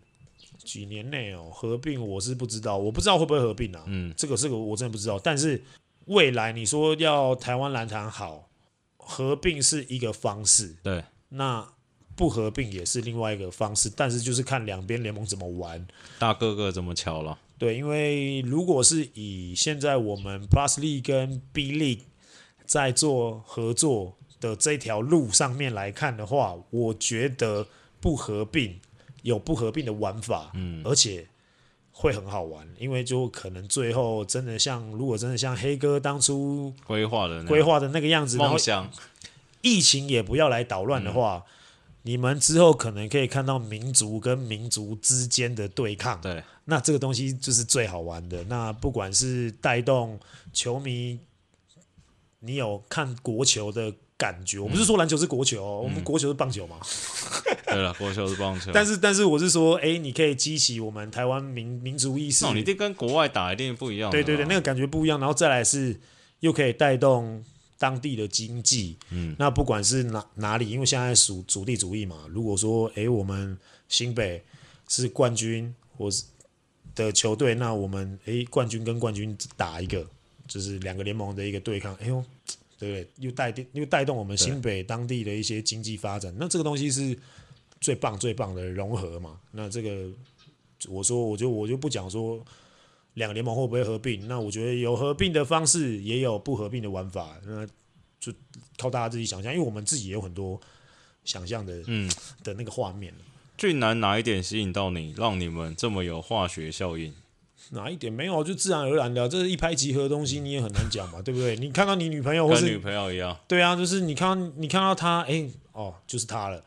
Speaker 1: 几年内哦合并，我是不知道，我不知道会不会合并啊。
Speaker 2: 嗯，
Speaker 1: 这个这个我真的不知道。但是未来你说要台湾篮坛好，合并是一个方式，
Speaker 2: 对，
Speaker 1: 那不合并也是另外一个方式，但是就是看两边联盟怎么玩。
Speaker 2: 大哥哥怎么巧了？
Speaker 1: 对，因为如果是以现在我们 Plus League 跟 B League 在做合作的这条路上面来看的话，我觉得不合并有不合并的玩法，嗯，而且会很好玩，因为就可能最后真的像如果真的像黑哥当初
Speaker 2: 规划的那样
Speaker 1: 规划的那个样子，然后
Speaker 2: 梦想，嗯
Speaker 1: 疫情也不要来捣乱的话。你们之后可能可以看到民族跟民族之间的对抗，
Speaker 2: 对，
Speaker 1: 那这个东西就是最好玩的。那不管是带动球迷，你有看国球的感
Speaker 2: 嗯
Speaker 1: 觉，我不是说篮球是国球哦，我们国球是棒球嘛。
Speaker 2: 对了，国球是棒球，
Speaker 1: 但是，但是我是说，哎，你可以激起我们台湾民民族意识
Speaker 2: 那，你一定跟国外打一定不一样的
Speaker 1: 对
Speaker 2: 啦。
Speaker 1: 对对，那个感觉不一样。然后再来是又可以带动当地的经济，嗯，那不管是哪哪里，因为现在属属地主义嘛，如果说诶我们新北是冠军或是的球队，那我们诶冠军跟冠军打一个，就是两个联盟的一个对抗，哎呦。对不对？又带动又带动我们新北当地的一些经济发展，那这个东西是最棒最棒的融合嘛？那这个我说，我就我就不讲说两个联盟会不会合并？那我觉得有合并的方式，也有不合并的玩法，那就靠大家自己想象，因为我们自己也有很多想象的，
Speaker 2: 嗯，
Speaker 1: 的那个画面。
Speaker 2: 俊男哪一点吸引到你，让你们这么有化学效应？
Speaker 1: 哪一点没有，就自然而然的啊、这是一拍即合的东西，你也很难讲嘛，对不对？你看到你女朋友，或
Speaker 2: 跟女
Speaker 1: 是
Speaker 2: 朋友一样，
Speaker 1: 对啊，就是你看到你看到她，哎，哦，就是她了。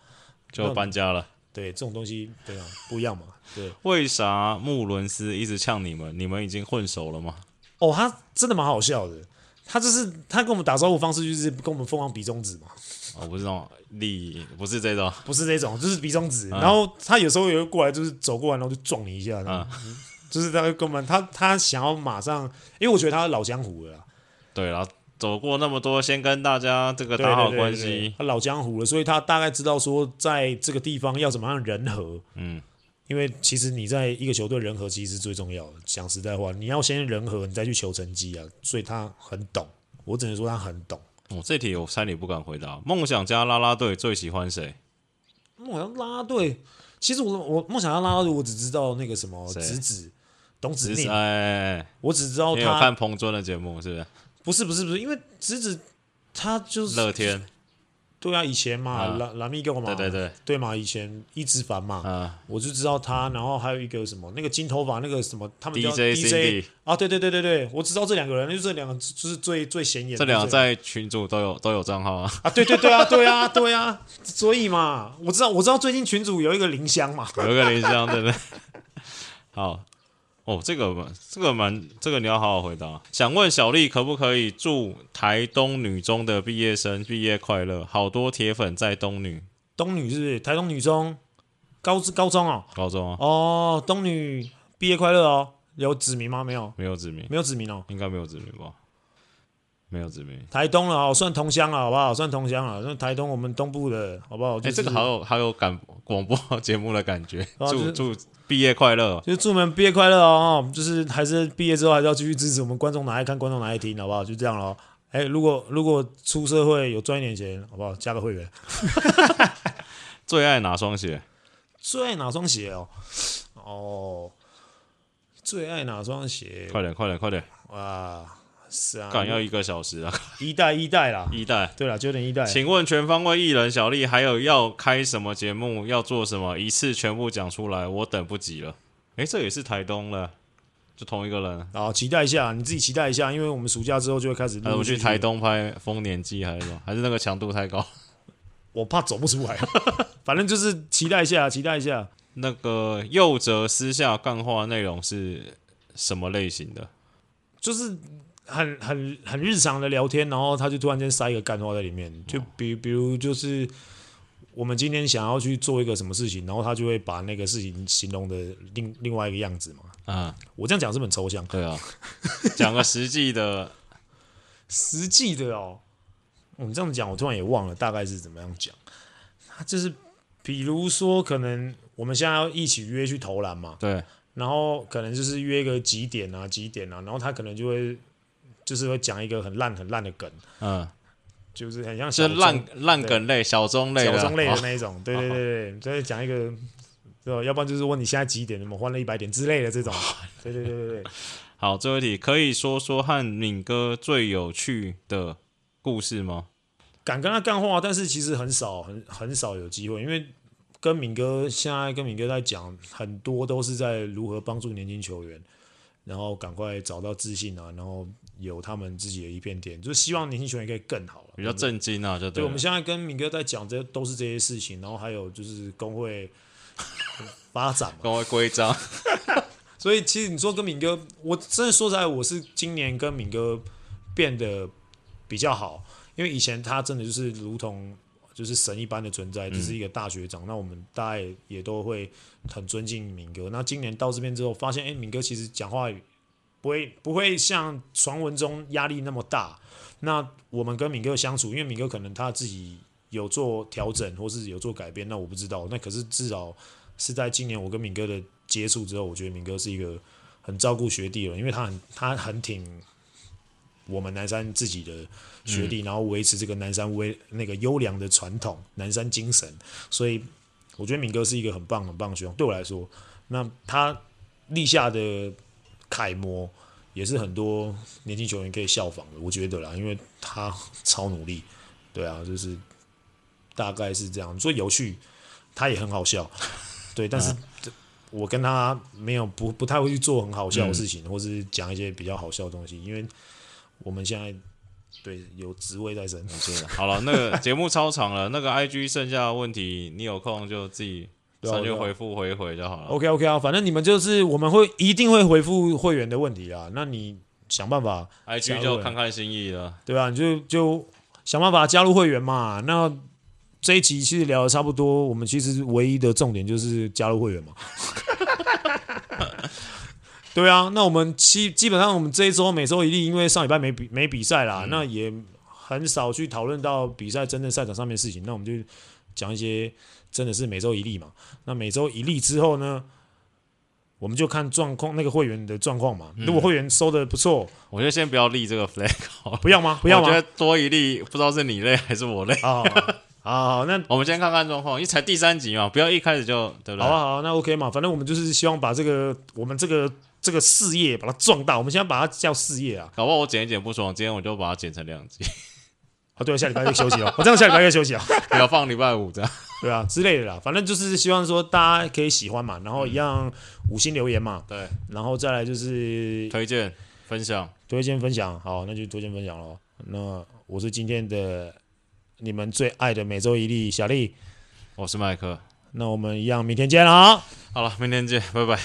Speaker 2: 就搬家了。
Speaker 1: 对，这种东西，对啊，不一样嘛。对，
Speaker 2: 为啥穆伦斯一直呛你们？你们已经混熟 了吗？
Speaker 1: 哦，他真的蛮好笑的。他就是他跟我们打招呼方式就是跟我们疯狂比中指嘛，
Speaker 2: 我、哦不知道，力不是这种，
Speaker 1: 不是这种，就是比中
Speaker 2: 啊
Speaker 1: 指。然后他有时候也会过来，就是走过来，然后就撞你一下，
Speaker 2: 嗯
Speaker 1: 就是他会跟我们，他他想要马上，因为我觉得他老江湖 了啦，
Speaker 2: 对啦，走过那么多，先跟大家这个
Speaker 1: 对
Speaker 2: 打好
Speaker 1: 对对
Speaker 2: 关
Speaker 1: 对对
Speaker 2: 系。
Speaker 1: 他老江湖了，所以他大概知道说在这个地方要怎么样人和，
Speaker 2: 嗯，
Speaker 1: 因为其实你在一个球队人和其实是最重要的。讲实在话，你要先人和，你再去求成绩啊，所以他很懂，我只能说他很懂。
Speaker 2: 我、哦这题我差点不敢回答。梦想家啦啦队最喜欢谁？
Speaker 1: 梦想家啦啦队，其实我我梦想家啦啦队，我只知道那个什么
Speaker 2: 谁
Speaker 1: 直子董子
Speaker 2: 只是
Speaker 1: 宁
Speaker 2: 哎，哎，哎
Speaker 1: 我只知道
Speaker 2: 你有
Speaker 1: 哦他
Speaker 2: 看彭尊的节 目是不是？
Speaker 1: 不是不是不是，因为直子他就是
Speaker 2: 乐天，
Speaker 1: 对啊，以前嘛，
Speaker 2: 啊
Speaker 1: 拉拉米狗嘛，
Speaker 2: 对对对，
Speaker 1: 对嘛，以前一枝凡嘛，
Speaker 2: 啊
Speaker 1: 我就知道他，然后还有一个什么那个金头发那个什么，他们叫
Speaker 2: ，DJ
Speaker 1: DJ
Speaker 2: Cindy，
Speaker 1: 啊，对对对对对，我只知道这两个人，就这两个就是最最显眼的，
Speaker 2: 这两个
Speaker 1: 最
Speaker 2: 在群组都有都有账号啊。
Speaker 1: 啊，对对对啊，对啊 对啊，所以嘛，我知道我知道最近群主有一个林香嘛，
Speaker 2: 有一个林香，对不对？ 好，哦，这个蛮这个蛮，这个你要好好回答。想问小丽，可不可以祝台东女中的毕业生毕业快乐？好多铁粉在东女
Speaker 1: 东女是不是台东女中高高中哦，
Speaker 2: 高中啊，
Speaker 1: 哦，东女毕业快乐哦，有指名吗？没有，
Speaker 2: 没有指名，
Speaker 1: 没有指名哦。
Speaker 2: 应该没有指名吧？没有指名。
Speaker 1: 台东了哦，算同乡了，好不好？算同乡了，那台东我们东部的，好不好？
Speaker 2: 哎、
Speaker 1: 哦就是
Speaker 2: 这个好有好有感广播节目的感觉，
Speaker 1: 啊
Speaker 2: 祝
Speaker 1: 就
Speaker 2: 祝毕业快乐。
Speaker 1: 就是祝你们毕业快乐哦！哦就是还是毕业之后还是要继续支持我们观众哪爱看，观众哪爱听，好不好？就这样咯。哎，如果如果出社会有赚一点钱，好不好？加个会员。
Speaker 2: 最爱哪双鞋？
Speaker 1: 最爱哪双鞋哦？哦，最爱哪双鞋？
Speaker 2: 快点快点快点！
Speaker 1: 哇，是啊，
Speaker 2: 赶要一个小时啊！
Speaker 1: 一代一代啦。
Speaker 2: 一代。
Speaker 1: 对啦，九点一代。
Speaker 2: 请问全方位艺人小丽还有要开什么节目，要做什么，一次全部讲出来，我等不及了。诶，这也是台东了，就同一个人。
Speaker 1: 啊，期待一下，你自己期待一下，因为我们暑假之后就会开始陆
Speaker 2: 还是
Speaker 1: 陆
Speaker 2: 呃我
Speaker 1: 续
Speaker 2: 去
Speaker 1: 续
Speaker 2: 台东拍《丰年祭》还是什么？还是那个强度太高？
Speaker 1: 我怕走不出来， 反正就是期待一下，期待一下。
Speaker 2: 那个右哲私下干话内容是什么类型的？
Speaker 1: 就是很很很日常的聊天，然后他就突然间塞一个干话在里面，就比比如就是我们今天想要去做一个什么事情，然后他就会把那个事情形容的另另外一个样子嘛，
Speaker 2: 嗯，
Speaker 1: 我这样讲是不是很抽象，
Speaker 2: 对 啊，讲个实际的，
Speaker 1: 实际的哦，我们这样讲，我突然也忘了大概是怎么样讲。他就是比如说，可能我们现在要一起约去投篮嘛，
Speaker 2: 对，
Speaker 1: 然后可能就是约个几点啊几点啊，然后他可能就会就是会讲一个很烂很烂的梗，
Speaker 2: 嗯，
Speaker 1: 就是很像
Speaker 2: 是
Speaker 1: 啊小
Speaker 2: 烂烂梗类、小中类
Speaker 1: 中
Speaker 2: 的，
Speaker 1: 小中类的
Speaker 2: 哦
Speaker 1: 那一种，对对对对，就是讲一个。对吧，要不然就是问你现在几点，我们换了一百点之类的这种。对对对对对，
Speaker 2: 好，最后一题，可以说说和敏哥最有趣的故事吗？
Speaker 1: 敢跟他干话，但是其实很少，很很少有机会，因为跟敏哥现在跟敏哥在讲，很多都是在如何帮助年轻球员，然后赶快找到自信啊，然后有他们自己的一片天，就是希望年轻球员可以更好了，
Speaker 2: 比较震惊啊，就
Speaker 1: 对，
Speaker 2: 了
Speaker 1: 我们现在跟敏哥在讲，这都是这些事情，然后还有就是工会发展嘛。
Speaker 2: 跟我 规章，
Speaker 1: 所以其实你说跟敏哥，我真的说实在，我是今年跟敏哥变得比较好，因为以前他真的就是如同就是神一般的存在，就是一个大学长。那我们大家也也都会很尊敬敏哥。那今年到这边之后，发现哎，诶敏哥其实讲话不会不会像传闻中压力那么大。那我们跟敏哥相处，因为敏哥可能他自己有做调整或是有做改变，那我不知道。那可是至少是在今年我跟敏哥的接触之后，我觉得敏哥是一个很照顾学弟了，因为他很他很挺我们南山自己的学弟，然后维持这个南山威那个优良的传统，南山精神。所以我觉得敏哥是一个很棒很棒的学长，对我来说，那他立下的楷模也是很多年轻球员可以效仿的，我觉得啦，因为他超努力，对啊，就是大概是这样。你说有趣，他也很好笑， 对，但是。我跟他没有不不太会去做很好笑的事情，或是讲一些比较好笑的东西，因为我们现在对有职位在身，
Speaker 2: 好了，那个节目超长了，那个 IG 剩下的问题，你有空就自己
Speaker 1: 对啊
Speaker 2: 上去
Speaker 1: 对啊
Speaker 2: 回复回一回就好了。
Speaker 1: OK OK 啊，反正你们就是我们会一定会回复会员的问题啊啦。那你想办法，
Speaker 2: IG 就看看心意了。
Speaker 1: 对啊吧？你就就想办法加入会员嘛。那这一集其实聊的差不多，我们其实唯一的重点就是加入会员嘛。 对啊，那我们基基本上我们这一周每周一例，因为上礼拜没比没比赛
Speaker 2: 嗯
Speaker 1: 啦，那也很少去讨论到比赛真正赛场上面的事情。那我们就讲一些真的是每周一例嘛。那每周一例之后呢，我们就看状况，那个会员的状况嘛。
Speaker 2: 嗯
Speaker 1: 如果会员收的不错，
Speaker 2: 我就先不要立这个 flag，
Speaker 1: 不要吗？不要
Speaker 2: 我
Speaker 1: 吗
Speaker 2: 觉？得多一例，不知道是你累还是我累。
Speaker 1: 哦，好，好那
Speaker 2: 我们先看看状况，因为才第三集嘛，不要一开始就对不
Speaker 1: 好
Speaker 2: 对？
Speaker 1: 啊，好啊，那 OK 嘛，反正我们就是希望把这个我们这个这个事业把它壮大，我们现在把它叫事业啊。
Speaker 2: 搞不好我剪一剪不爽，今天我就把它剪成两集，
Speaker 1: 啊，对啊，下礼拜就休息了，我这样下礼拜就休息了，啊
Speaker 2: 不要放礼拜五这样。
Speaker 1: 对啊之类的啦，反正就是希望说大家可以喜欢嘛，然后一样五星留言嘛，
Speaker 2: 对，
Speaker 1: 然后再来就是
Speaker 2: 推荐分享，
Speaker 1: 推荐分享，好，那就推荐分享喽。那我是今天的你们最爱的每周一例小丽，
Speaker 2: 我是麦克。
Speaker 1: 那我们一样明天见了啊。
Speaker 2: 好了，明天见，拜拜。